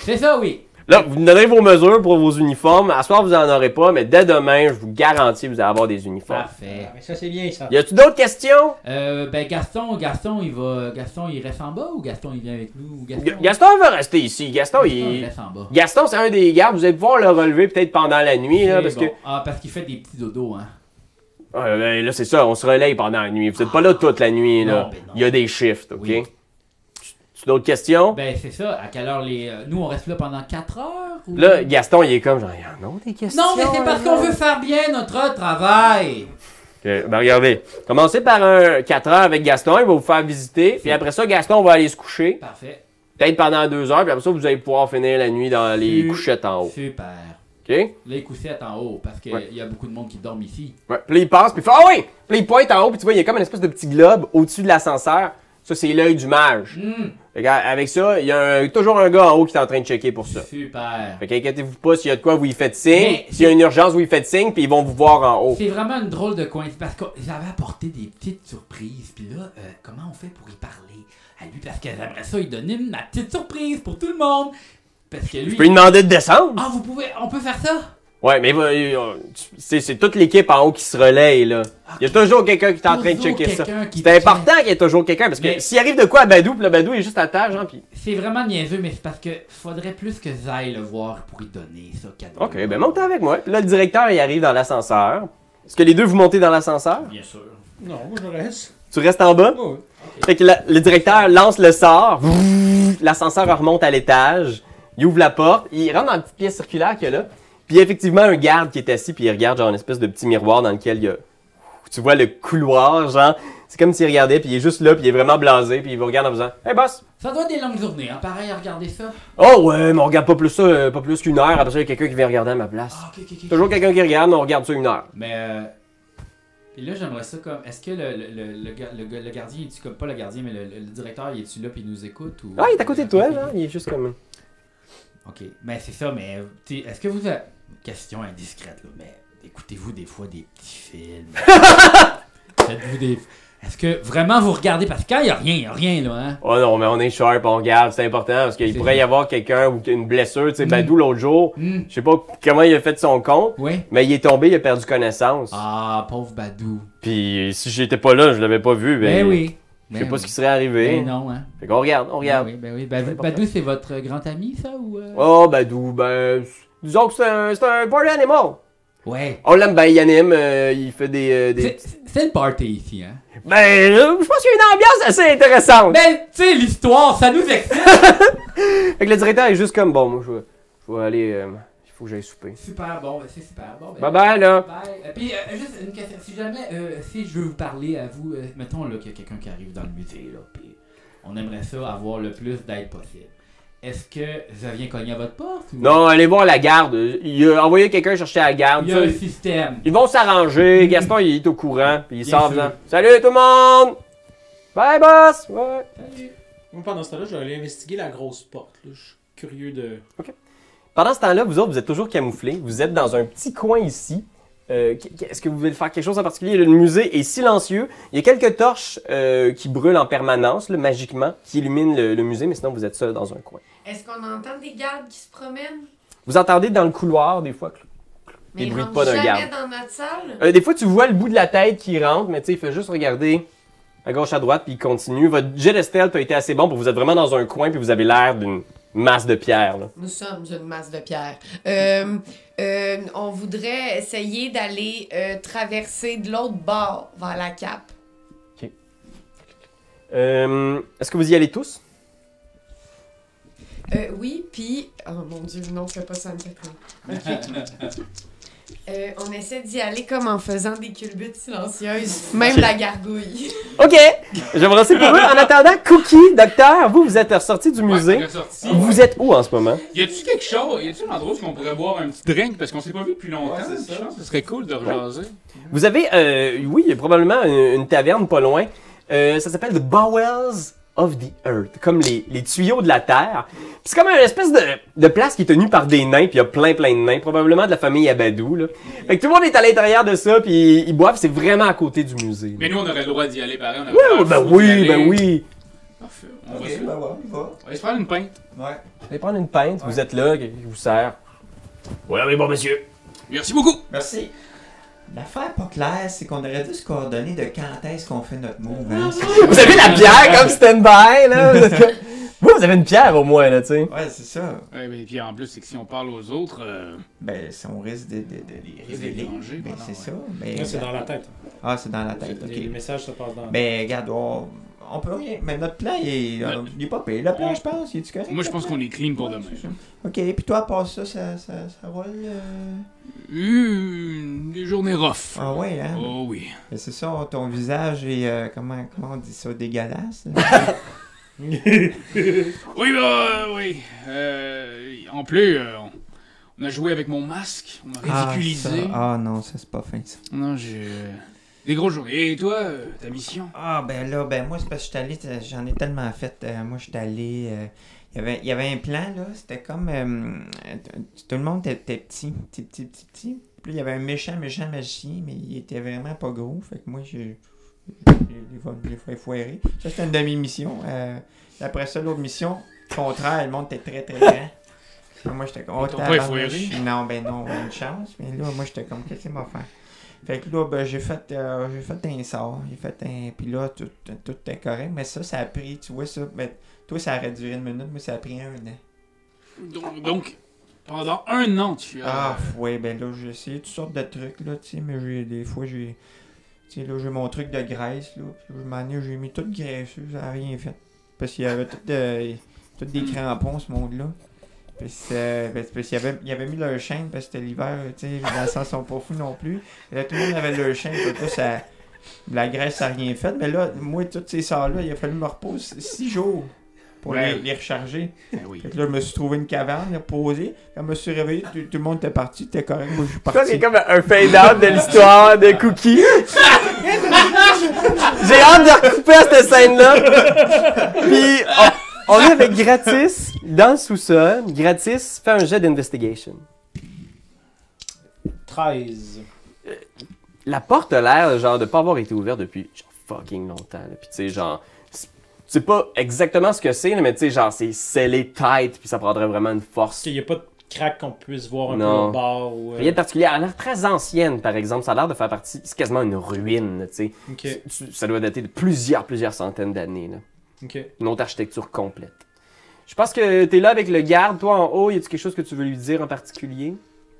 Speaker 3: C'est ça, oui.
Speaker 1: Là, vous me donnerez vos mesures pour vos uniformes. À soir, vous en aurez pas, mais dès demain, je vous garantis, vous allez avoir des uniformes.
Speaker 3: Parfait.
Speaker 7: Ah, mais ça, c'est bien, ça.
Speaker 1: Y a-tu d'autres questions?
Speaker 3: Euh, ben Gaston, Gaston, il va, Gaston, il reste en bas ou Gaston, il vient avec nous ou Gaston,
Speaker 1: G- Gaston va rester ici. Gaston,
Speaker 3: Gaston, il
Speaker 1: il...
Speaker 3: reste en bas.
Speaker 1: Gaston, c'est un des gardes. Vous allez pouvoir le relever peut-être pendant la nuit, là,
Speaker 3: Ok,
Speaker 1: hein, parce
Speaker 3: bon.
Speaker 1: que...
Speaker 3: Ah, parce qu'il fait des petits dodos, hein.
Speaker 1: Ah, ben, là, c'est ça, on se relaye pendant la nuit. Vous êtes pas là toute la nuit, là.
Speaker 3: Non, ben non.
Speaker 1: Il y a des shifts, OK?
Speaker 3: Oui.
Speaker 1: Tu d'autres questions?
Speaker 3: Ben, c'est ça, à quelle heure les. euh, Nous, on reste là pendant 4 heures ou...
Speaker 1: Là, Gaston, il est comme genre, y'en a des questions.
Speaker 3: Non, mais c'est parce qu'on veut faire bien notre travail.
Speaker 1: OK, ben regardez, commencez par un 4 heures avec Gaston, il va vous faire visiter, puis après ça, Gaston va aller se coucher,
Speaker 3: Parfait.
Speaker 1: peut-être pendant deux heures, puis après ça, vous allez pouvoir finir la nuit dans les
Speaker 3: Su-
Speaker 1: couchettes en haut.
Speaker 3: Super.
Speaker 1: OK? Ouais.
Speaker 3: Les coussettes en haut, parce qu'il
Speaker 1: Oh. Ouais.
Speaker 3: y a beaucoup de monde qui dorment ici.
Speaker 1: Puis là, il passe, puis il fait Ah oui! Puis là, il pointe en haut, puis tu vois, il y a comme une espèce de petit globe au-dessus de l'ascenseur. Ça, c'est l'œil du mage.
Speaker 3: Hmm,
Speaker 1: Fait que, avec ça, il y a un- toujours un gars en haut qui est en train de checker pour ça.
Speaker 3: Super.
Speaker 1: Fait qu'inquiétez-vous pas, s'il y a de quoi, vous y faites signe.
Speaker 3: Mais-
Speaker 1: S'il y a une urgence, vous y faites signe, puis ils vont vous voir en haut.
Speaker 3: C'est vraiment une drôle de coïncidence parce que j'avais apporté des petites surprises. Puis là, euh, comment on fait pour y parler à lui Parce que j'aimerais ça lui donner ma petite surprise pour tout le monde. Parce que lui.
Speaker 1: Tu peux lui demander de descendre?
Speaker 3: Ah, vous pouvez. On peut faire ça
Speaker 1: Ouais, mais va- euh, tu- c'est c'est toute l'équipe en haut qui se relaye, là. Il y a toujours quelqu'un qui est en train de
Speaker 3: Toujours
Speaker 1: checker ça.
Speaker 3: quelqu'un qui
Speaker 1: C'est important qu'il y ait toujours quelqu'un, parce que
Speaker 3: Mais-
Speaker 1: s'il arrive de quoi à Badou, puis le Badou est juste à terre, genre, puis...
Speaker 3: C'est vraiment niaiseux, mais c'est parce que faudrait plus que j'aille le voir pour lui donner ça cadeau.
Speaker 1: Ok, ben monte avec moi. Puis là, le directeur, il arrive dans l'ascenseur. Est-ce que les deux, vous montez dans l'ascenseur?
Speaker 3: Bien sûr.
Speaker 7: Non, moi je reste.
Speaker 1: Tu restes en bas?
Speaker 7: Ouais, ouais.
Speaker 1: Fait que la- le directeur lance le sort. Vroom. L'ascenseur remonte à l'étage. Il ouvre la porte. Il rentre dans la petite pièce circulaire qu'il y a là. Puis il y a effectivement un garde qui est assis, puis il regarde genre une espèce de petit miroir dans lequel il y a... Tu vois le couloir, genre... C'est comme s'il regardait, puis il est juste là, puis il est vraiment blasé, puis il vous regarde en faisant « Hey, boss!
Speaker 3: Ça doit être des longues journées, hein. Pareil, à regarder ça. »
Speaker 1: Oh ouais, mais on regarde pas plus ça, euh, pas plus qu'une heure. Après ça, il y a quelqu'un qui vient regarder à ma place.
Speaker 3: Ah, ok, ok, ok.
Speaker 1: Toujours quelqu'un qui regarde, mais on regarde ça une heure.
Speaker 3: Mais euh, puis là, j'aimerais ça comme. Est-ce que le, le, le, le, ga- le ga- le gardien, est-tu comme. Pas le gardien, mais le, le- le directeur, il est-tu là puis il nous écoute ou...
Speaker 1: Ah, il est à côté de toi, genre. Il est juste comme...
Speaker 3: Ok. Mais c'est ça, mais. euh, tu sais, Est-ce que vous. avez- Question indiscrète, là. Mais écoutez-vous des fois des petits
Speaker 1: <laughs>
Speaker 3: films Faites-vous des. Est-ce que vraiment vous regardez Parce que quand il y a rien, il y a rien, là, hein.
Speaker 1: Oh non, mais on est sharp, on regarde, c'est important parce qu'il
Speaker 3: C'est
Speaker 1: pourrait y
Speaker 3: vrai.
Speaker 1: avoir quelqu'un ou une blessure. Tu sais, Badou l'autre jour,
Speaker 3: Hmm.
Speaker 1: je sais pas comment il a fait son compte,
Speaker 3: Oui.
Speaker 1: mais il est tombé, il a perdu connaissance.
Speaker 3: Ah, pauvre Badou.
Speaker 1: Puis si j'étais pas là, je l'avais pas vu.
Speaker 3: Ben,
Speaker 1: Ben,
Speaker 3: oui.
Speaker 1: Je sais pas ce qui serait arrivé.
Speaker 3: Ben non, hein.
Speaker 1: Fait qu'on regarde, on regarde.
Speaker 3: Ben oui, ben oui. Ben,
Speaker 1: C'est
Speaker 3: Badou, c'est votre grand ami, ça, ou... euh?
Speaker 1: Oh, Badou, ben. c'est- Disons que c'est un, c'est un party animal.
Speaker 3: Ouais.
Speaker 1: On l'aime, ben, il anime, euh, il fait des. euh, des-
Speaker 3: C'est c'est le party ici, hein.
Speaker 1: Ben, euh, je pense qu'il y a une ambiance assez intéressante.
Speaker 3: Ben, tu sais, l'histoire, ça nous excite. Ben-
Speaker 1: Fait que le directeur est juste comme, bon, moi, je vais- je vais aller. euh, Il faut que j'aille souper.
Speaker 3: super bon, ben, c'est super bon.
Speaker 1: Bye
Speaker 3: ben-
Speaker 1: bye, là.
Speaker 3: Bye. Euh, Puis, euh, juste une question. Si jamais, euh, si je veux vous parler à vous, euh, mettons là qu'il y a quelqu'un qui arrive dans le musée, là, puis on aimerait ça avoir le plus d'aide possible. Est-ce que je viens cogner à votre porte ou...
Speaker 1: Non, allez voir la garde. Il a envoyé quelqu'un chercher la garde.
Speaker 3: Il y a
Speaker 1: Ça,
Speaker 3: un système.
Speaker 1: Ils vont s'arranger. Gaston, il est au courant. Puis il
Speaker 3: Bien
Speaker 1: sort en
Speaker 3: sûr.
Speaker 1: disant, Salut tout le monde! Bye, boss! Ouais.
Speaker 7: Moi, pendant ce temps-là, je vais aller investiguer la grosse porte. là. Je suis curieux de.
Speaker 1: Pendant ce temps-là, vous autres, vous êtes toujours camouflés. Vous êtes dans un petit coin ici. Euh, qu- qu- Est-ce que vous voulez faire quelque chose en particulier? Le musée est silencieux. Il y a quelques torches euh, qui brûlent en permanence, là, magiquement, qui illuminent le, le musée, mais sinon, vous êtes seul dans un coin.
Speaker 8: Est-ce qu'on entend des gardes qui se promènent?
Speaker 1: Vous entendez dans le couloir, des fois,
Speaker 8: Mais
Speaker 1: Des
Speaker 8: ils
Speaker 1: bruits de
Speaker 8: rentrent
Speaker 1: pas d'un
Speaker 8: jamais
Speaker 1: garde.
Speaker 8: dans notre salle?
Speaker 1: Euh, des fois, tu vois le bout de la tête qui rentre, mais tu sais, il fait juste regarder à gauche, à droite, puis il continue. Votre jet d'Estelle a été assez bon pour vous êtes vraiment dans un coin, puis vous avez l'air d'une masse de pierres. là.
Speaker 8: Nous sommes une masse de pierres. Euh, euh, on voudrait essayer d'aller euh, traverser de l'autre bord vers la cape.
Speaker 1: Euh, Est-ce que vous y allez tous?
Speaker 8: Euh, oui, puis... Oh mon Dieu, non, fais pas ça, me fait peur. <laughs> Ok. Euh, on essaie d'y aller comme en faisant des culbutes silencieuses, <laughs> même la gargouille.
Speaker 1: OK! J'aimerais aussi pour eux. En attendant, Cookie, Docteur, vous, vous êtes ressorti du musée.
Speaker 5: ressorti.
Speaker 1: Vous êtes où en ce moment?
Speaker 5: Y a-tu quelque chose, y a-tu un endroit où on pourrait boire un petit drink parce qu'on s'est pas vu depuis longtemps?
Speaker 6: Ouais, c'est
Speaker 5: je
Speaker 6: ça.
Speaker 5: pense. serait cool de rejaser.
Speaker 1: Vous avez, euh, oui, il y a probablement une, une taverne pas loin. Euh, ça s'appelle The Bowels of the Earth, comme les, les tuyaux de la terre. Puis c'est comme une espèce de, de place qui est tenue par des nains, puis il y a plein plein de nains, probablement de la famille Abadou. Là. Fait que tout le monde est à l'intérieur de ça, puis ils boivent, c'est vraiment à côté du musée. là.
Speaker 5: Mais nous, on aurait le droit d'y aller pareil. On
Speaker 1: Ah,
Speaker 5: aurait
Speaker 1: ben oui, ben oui.
Speaker 5: Parfait. On
Speaker 6: Ok,
Speaker 5: va
Speaker 6: ben
Speaker 5: se-
Speaker 6: ouais, on y va.
Speaker 5: on va se faire une pinte.
Speaker 6: Ouais.
Speaker 1: Vous allez prendre une pinte, vous êtes là, je vous sers. Voilà, mais bon, monsieur.
Speaker 5: Merci beaucoup.
Speaker 6: Merci. L'affaire pas claire, c'est qu'on aurait dû se coordonner de quand est-ce qu'on fait notre move. hein.
Speaker 7: Ah
Speaker 1: Vous avez la pierre comme stand-by, là. Vous, êtes comme- Vous, vous avez une pierre au moins, là, tu sais.
Speaker 6: Ouais, c'est ça.
Speaker 5: Ouais, ben, puis en plus, c'est que si on parle aux autres, euh,
Speaker 6: Ben, si on risque de, de- de
Speaker 5: risque
Speaker 6: les
Speaker 5: de les
Speaker 6: révéler.
Speaker 5: déranger, ben
Speaker 6: Ben,
Speaker 5: non,
Speaker 6: c'est
Speaker 5: ouais.
Speaker 6: ça. Mais
Speaker 7: Là, c'est dans la tête.
Speaker 6: Ah, c'est dans la tête,
Speaker 7: Les, les
Speaker 6: ok.
Speaker 7: messages se passent dans la tête.
Speaker 6: Ben, regarde, on, on peut rien. Mais notre plan, il est, euh,
Speaker 5: Ben,
Speaker 6: il est pas pire. Le plan,
Speaker 5: on-
Speaker 6: je pense, il est-tu correct?
Speaker 5: moi, je
Speaker 6: le
Speaker 5: pense
Speaker 6: plan?
Speaker 5: qu'on est clean pour demain.
Speaker 6: Ouais, c'est ça. Ok, puis toi, à part ça, ça, ça, ça roule. euh?
Speaker 5: Une des journées rough.
Speaker 6: Ah ouais, hein?
Speaker 5: Oh oui.
Speaker 6: Ben, c'est ça, ton visage est. euh, comment, comment on dit ça? Dégueulasse. là?
Speaker 5: Oui, bah, euh, oui. Euh, en plus, euh, on- on a joué avec mon masque. On a
Speaker 6: Ah,
Speaker 5: ridiculisé.
Speaker 6: ça. Ah non, ça, c'est pas fin, ça.
Speaker 5: Non, j'ai... euh, Des grosses journées. Et toi, euh, ta mission?
Speaker 6: Ah, ben là, ben moi, c'est parce que j'étais allé, t- j'en ai tellement fait. euh, moi, j'étais allé. euh, il y avait- il y avait un plan, là. C'était comme. euh, euh, t- tout le monde était, était petit, petit, petit, petit, petit. Puis là, il y avait un méchant, méchant magicien, mais il était vraiment pas gros. Fait que moi, j'ai. Des fois, des fois foiré. Ça, c'était une demi-mission. euh, après ça, l'autre mission, contraire, le monde était très, très grand. Là, moi, j'étais comme, oh,
Speaker 5: Ton poids est
Speaker 6: tabarnouche.
Speaker 5: fourré.
Speaker 6: Non, ben non, une chance. Mais là, moi, j'étais comme, qu'est-ce qu'il m'a fait? Fait que là, ben, j'ai fait, euh, j'ai fait un sort. J'ai fait un. Puis là, tout, tout était correct. Mais ça, ça a pris, tu vois, ça. Ben, toi, ça aurait duré une minute, mais ça a pris un an.
Speaker 5: Donc, donc, pendant un an, tu
Speaker 6: Ah,
Speaker 5: as.
Speaker 6: ouais, ben là, j'ai essayé toutes sortes de trucs, là, tu sais, mais j'ai des fois, j'ai. Tu sais, là, j'ai mon truc de graisse, là. Puis là, je m'en ai, j'ai mis toute graisseuse, ça n'a rien fait. Parce qu'il y avait tout, euh, tout des crampons, ce monde-là. Puis c'est- ben, c'est parce qu'il y avait, il y avait mis leur chaîne, parce que c'était l'hiver, tu sais, dans le sens, ils sont pas fous non plus. Et là, tout le monde avait leur chaîne, fait que là, ça. La graisse, ça n'a rien fait. Mais là, moi, toutes ces sorts-là, il a fallu me reposer six jours pour
Speaker 5: Ouais.
Speaker 6: les- les recharger.
Speaker 5: Ben oui.
Speaker 6: Fait que là, je me suis trouvé une caverne, là, posée. Quand je me suis réveillé, tout, tout le monde était parti, était correct, moi je suis
Speaker 1: Ça, c'est
Speaker 6: parti.
Speaker 1: comme un fade-out de l'histoire de Cookie. J'ai hâte de recouper à cette scène-là. Puis, on, on est avec Gratis dans le sous-sol. Gratis fait un jet d'investigation.
Speaker 7: 13.
Speaker 1: La porte a l'air, genre, de pas avoir été ouverte depuis, genre, fucking longtemps. là. Puis, tu sais, genre, c'est- tu sais pas exactement ce que c'est, là, mais tu sais, genre, c'est scellé tight, puis ça prendrait vraiment une
Speaker 7: Parce
Speaker 1: force.
Speaker 7: qu'il n'y a pas de crack qu'on puisse voir un
Speaker 1: Non.
Speaker 7: peu au bord. Ou, euh,
Speaker 1: Rien de particulier. Elle a l'air très ancienne, par exemple. Ça a l'air de faire partie, c'est quasiment une ruine, là, tu sais.
Speaker 7: Ok,
Speaker 1: Tu- Ça doit dater de plusieurs, plusieurs centaines d'années, là.
Speaker 7: ok.
Speaker 1: une autre architecture complète. Je pense que t'es là avec le garde, toi en haut, y a-tu quelque chose que tu veux lui dire en particulier?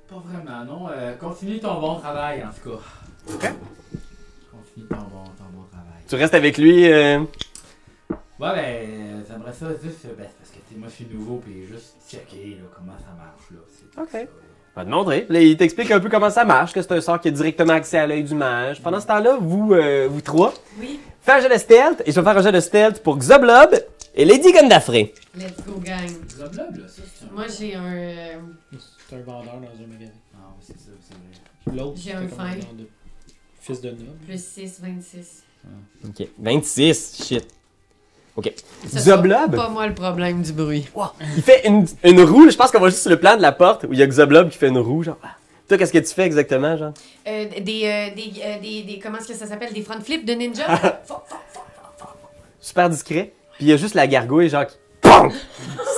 Speaker 3: Pas vraiment, non. Euh, continue ton bon travail, en tout cas. Continue ton bon, ton bon travail.
Speaker 1: Tu restes avec lui, euh,
Speaker 3: Ouais, ben, euh, j'aimerais ça juste, euh, ben, c'est parce que, tu sais, moi, je suis nouveau, puis juste checker, là, comment ça marche, là. c'est tout
Speaker 1: Ok.
Speaker 3: ça, là.
Speaker 1: va te montrer. Là, il t'explique un peu comment ça marche, que c'est un sort qui est directement accès à l'œil du mage. Pendant ce temps-là, vous, euh, vous trois,
Speaker 8: Oui,
Speaker 1: fais un jeu de stealth, et je vais faire un jeu de stealth pour Xoblob et Lady Gandafré.
Speaker 8: let's go, gang.
Speaker 3: Zoblob, là, ça, c'est un...
Speaker 8: Moi, j'ai un. euh,
Speaker 7: C'est un vendeur dans un magasin.
Speaker 3: Ah, oui, c'est ça, c'est vrai.
Speaker 7: L'autre,
Speaker 8: J'ai
Speaker 7: c'était
Speaker 8: un
Speaker 7: comme
Speaker 8: fin.
Speaker 7: genre de Fils de noble.
Speaker 8: plus 6, 26.
Speaker 1: Ok. 26, shit.
Speaker 8: Ce
Speaker 1: Zoblob?
Speaker 8: sera Pas moi le problème du bruit.
Speaker 1: Il fait une, une roue, je pense qu'on va juste sur le plan de la porte, où il y a Xoblob qui fait une roue, genre... ah. Toi, qu'est-ce que tu fais exactement, genre?
Speaker 8: Euh, des, euh, des, euh, des, des- Comment est-ce que ça s'appelle Des front flips de <laughs> ninja Fuck, fuck, fuck.
Speaker 1: super discret. Puis il y a juste la gargouille, genre, qui POM!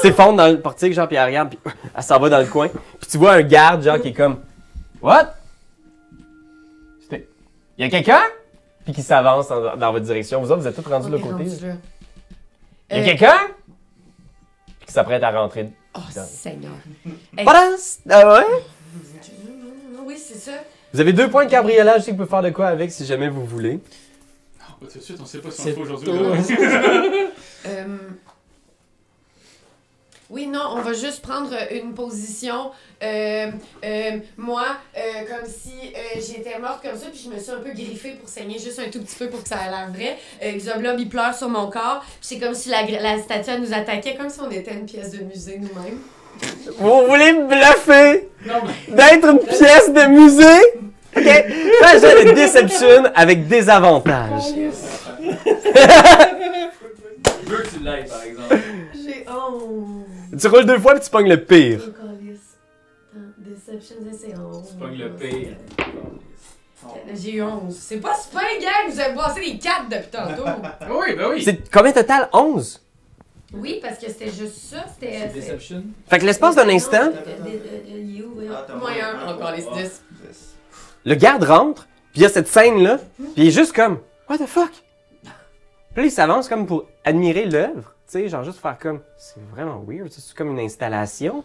Speaker 1: s'effondre dans le portique, genre, puis elle regarde, puis <laughs> elle s'en va dans le coin. Puis tu vois un garde, genre, qui est comme What? C'était. Y a quelqu'un? Puis qui s'avance dans, dans votre direction. Vous autres, vous êtes tous rendus de
Speaker 8: On est
Speaker 1: l'autre côté.
Speaker 8: rendu
Speaker 1: là.
Speaker 8: là.
Speaker 1: Y a
Speaker 8: Euh,
Speaker 1: quelqu'un? Puis qui s'apprête à rentrer.
Speaker 8: Oh,
Speaker 1: Dans-
Speaker 8: Seigneur.
Speaker 1: Voilà! Ah ouais?
Speaker 8: Non, non, non, Oui, c'est ça.
Speaker 1: Vous avez deux points de cabriolage, si vous pouvez faire de quoi avec si jamais vous voulez.
Speaker 5: Pas tout de suite, on sait pas si on
Speaker 7: C'est
Speaker 5: le fait aujourd'hui. ou demain.
Speaker 7: tout.
Speaker 8: Euh, Oui, non, on va juste prendre une position. euh, euh, moi, euh, comme si euh, j'étais morte comme ça, puis je me suis un peu griffée pour saigner juste un tout petit peu pour que ça a l'air vrai. Euh, Xoblob, il pleure sur mon corps. puis C'est comme si la, gra- la statue elle nous attaquait, comme si on était une pièce de musée nous-mêmes.
Speaker 1: Vous voulez me bluffer?
Speaker 3: Non, mais...
Speaker 1: d'être une pièce de musée. Ok. Là, j'ai une déception avec des avantages.
Speaker 3: Je veux que tu l'aides, par exemple.
Speaker 8: J'ai honte.
Speaker 1: Tu roules deux fois puis tu pognes le pire.
Speaker 8: Oh, câlisse. Hein, Deception, c'est honte.
Speaker 3: Tu pognes le pire.
Speaker 8: J'ai eu 11. C'est pas super, gang! Vous avez brassé les 4 depuis tantôt!
Speaker 5: Ah
Speaker 8: <laughs>
Speaker 5: oui, ben oui.
Speaker 1: C'est combien total 11
Speaker 8: Oui, parce que c'était juste ça, c'était.
Speaker 3: C'est Deception?
Speaker 1: Fait que l'espace d'un instant,
Speaker 8: euh?
Speaker 6: Ah, t'as
Speaker 8: Moyen,
Speaker 6: moins un.
Speaker 8: encore les 10.
Speaker 1: le garde rentre, puis il y a cette scène là, puis il est juste comme what the fuck. Puis là, il s'avance comme pour admirer l'œuvre, tu sais, genre juste faire comme c'est vraiment weird, ça, c'est comme une installation.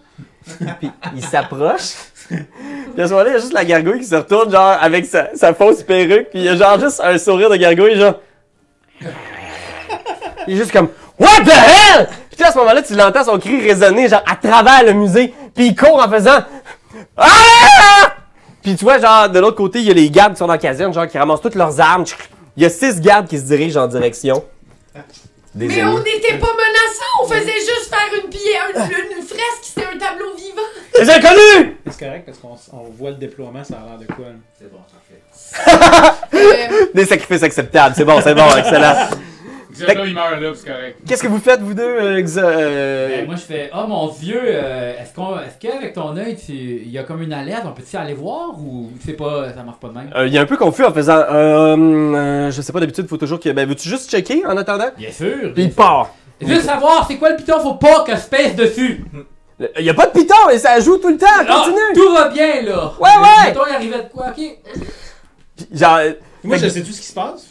Speaker 1: puis il s'approche. Puis à ce moment-là, il y a juste la gargouille qui se retourne genre avec sa, sa fausse perruque, puis il y a genre juste un sourire de gargouille genre Il est juste comme What the hell? Puis tu sais, à ce moment-là, tu l'entends son cri résonner genre à travers le musée, puis il court en faisant Ah! Puis tu vois genre de l'autre côté, il y a les gardes qui sont dans la caserne, genre qui ramassent toutes leurs armes. Il y a six gardes qui se dirigent en direction des
Speaker 8: Mais on
Speaker 1: ennemis.
Speaker 8: n'était pas menaçants, on faisait juste faire une, pied, une, une fresque, c'était un tableau
Speaker 1: <laughs>
Speaker 8: vivant!
Speaker 1: Les inconnus!
Speaker 7: C'est correct parce qu'on s- on voit le déploiement, ça a l'air de quoi. là.
Speaker 3: C'est bon, parfait.
Speaker 8: Euh,
Speaker 1: Des sacrifices acceptables, c'est bon, c'est bon, excellent.
Speaker 5: Xavier, il meurt là, c'est correct.
Speaker 1: Qu'est-ce que vous faites, vous deux, euh, Xa- euh,
Speaker 3: Ben, moi, je fais, oh mon Dieu, euh, est-ce qu'on, est-ce qu'avec ton œil, tu- il y a comme une alerte, on peut-tu aller voir ou c'est pas, ça marche pas de même?
Speaker 1: Euh, il est un peu confus en faisant euh, euh, je sais pas d'habitude faut toujours que ben veux-tu juste checker en attendant
Speaker 3: Bien sûr.
Speaker 1: puis il part
Speaker 3: Juste savoir, c'est quoi le piton, faut pas que je pèse dessus.
Speaker 1: Le- Il y a pas de piton, mais ça joue tout le temps,
Speaker 3: Ah,
Speaker 1: continue!
Speaker 3: tout va bien, là!
Speaker 1: Ouais, ouais.
Speaker 3: Mettons, il arrivait de quoi? Ok.
Speaker 1: Puis, Genre,
Speaker 7: Moi, je sais tout ce qui se passe.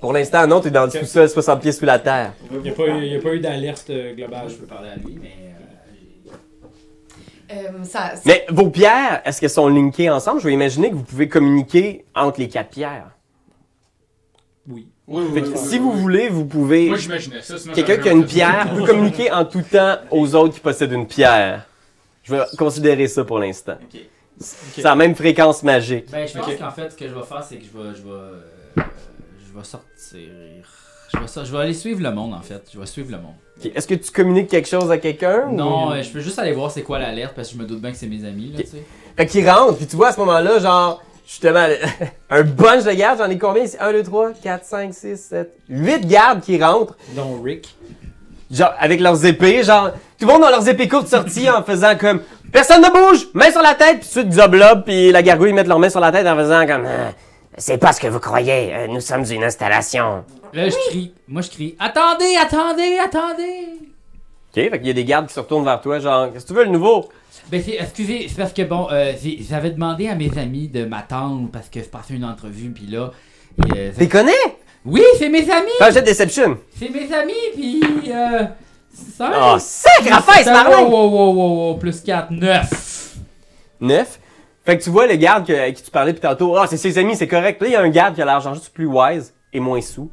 Speaker 1: pour l'instant, non, t'es dans le sous-sol, 60 pieds sous la terre.
Speaker 7: Il n'y a pas eu, il y a pas eu d'alerte euh, globale.
Speaker 3: je peux parler à lui, mais. euh,
Speaker 8: Euh, ça, ça-
Speaker 1: Mais vos pierres, est-ce qu'elles sont linkées ensemble? Je vais imaginer que vous pouvez communiquer entre les quatre pierres.
Speaker 7: Oui.
Speaker 5: Oui, oui,
Speaker 1: Fait
Speaker 5: oui,
Speaker 1: que
Speaker 5: oui,
Speaker 1: si
Speaker 5: oui,
Speaker 1: vous
Speaker 5: oui.
Speaker 1: voulez, vous pouvez...
Speaker 5: Moi, j'imaginais ça. sinon
Speaker 1: Quelqu'un
Speaker 5: j'aurais
Speaker 1: qui a une
Speaker 5: jamais fait ça.
Speaker 1: pierre peut communiquer en tout temps aux autres qui possèdent une pierre. Je vais considérer ça pour l'instant.
Speaker 3: Ok.
Speaker 1: C'est la même fréquence magique.
Speaker 3: Ben, je pense
Speaker 7: Ok.
Speaker 3: qu'en fait, ce que je vais faire, c'est que je vais. Je vais, euh, je vais sortir. Je vais, sor- je vais aller suivre le monde, en fait. Je vais suivre le monde.
Speaker 1: Ok, Est-ce que tu communiques quelque chose à quelqu'un? ou-
Speaker 3: Non, euh, je peux juste aller voir c'est quoi l'alerte parce que je me doute bien que c'est mes amis, là,
Speaker 1: Ok.
Speaker 3: tu sais.
Speaker 1: Fait qu'il rentre, puis tu vois à ce moment-là, genre, justement, <laughs> un bunch de gardes, j'en ai combien ici? 1, 2, 3, 4, 5, 6, 7, 8 gardes qui rentrent,
Speaker 7: Donc, Rick.
Speaker 1: genre, avec leurs épées, genre, tout le monde dans leurs épées courtes sorties en faisant comme Personne ne bouge, main sur la tête, puis tout de suite, Zoblob, puis la gargouille mettent leurs mains sur la tête en faisant comme Ah, C'est pas ce que vous croyez, euh, nous sommes une installation.
Speaker 3: Là, je crie. Moi, je crie. Attendez, attendez, attendez!
Speaker 1: Ok, fait qu'il y a des gardes qui se retournent vers toi, genre, qu'est-ce que tu veux le nouveau?
Speaker 3: Ben, c'est, excusez, c'est parce que bon, euh, j'ai- j'avais demandé à mes amis de m'attendre parce que je passais une entrevue, puis là. et, euh,
Speaker 1: T'es connais?
Speaker 3: Oui, c'est mes amis!
Speaker 1: Fais un jet de Deception.
Speaker 3: C'est mes amis, puis. Euh, ça.
Speaker 1: Oh, sacre affaire,
Speaker 3: ça
Speaker 1: Marlin!
Speaker 3: Wow, wow, wow, wow, wow, plus 4, 9!
Speaker 1: 9. Fait que tu vois le garde que- à qui tu parlais depuis tantôt. Ah, c'est ses amis, c'est correct. Puis Là, il y a un garde qui a l'air genre juste plus wise et moins sous.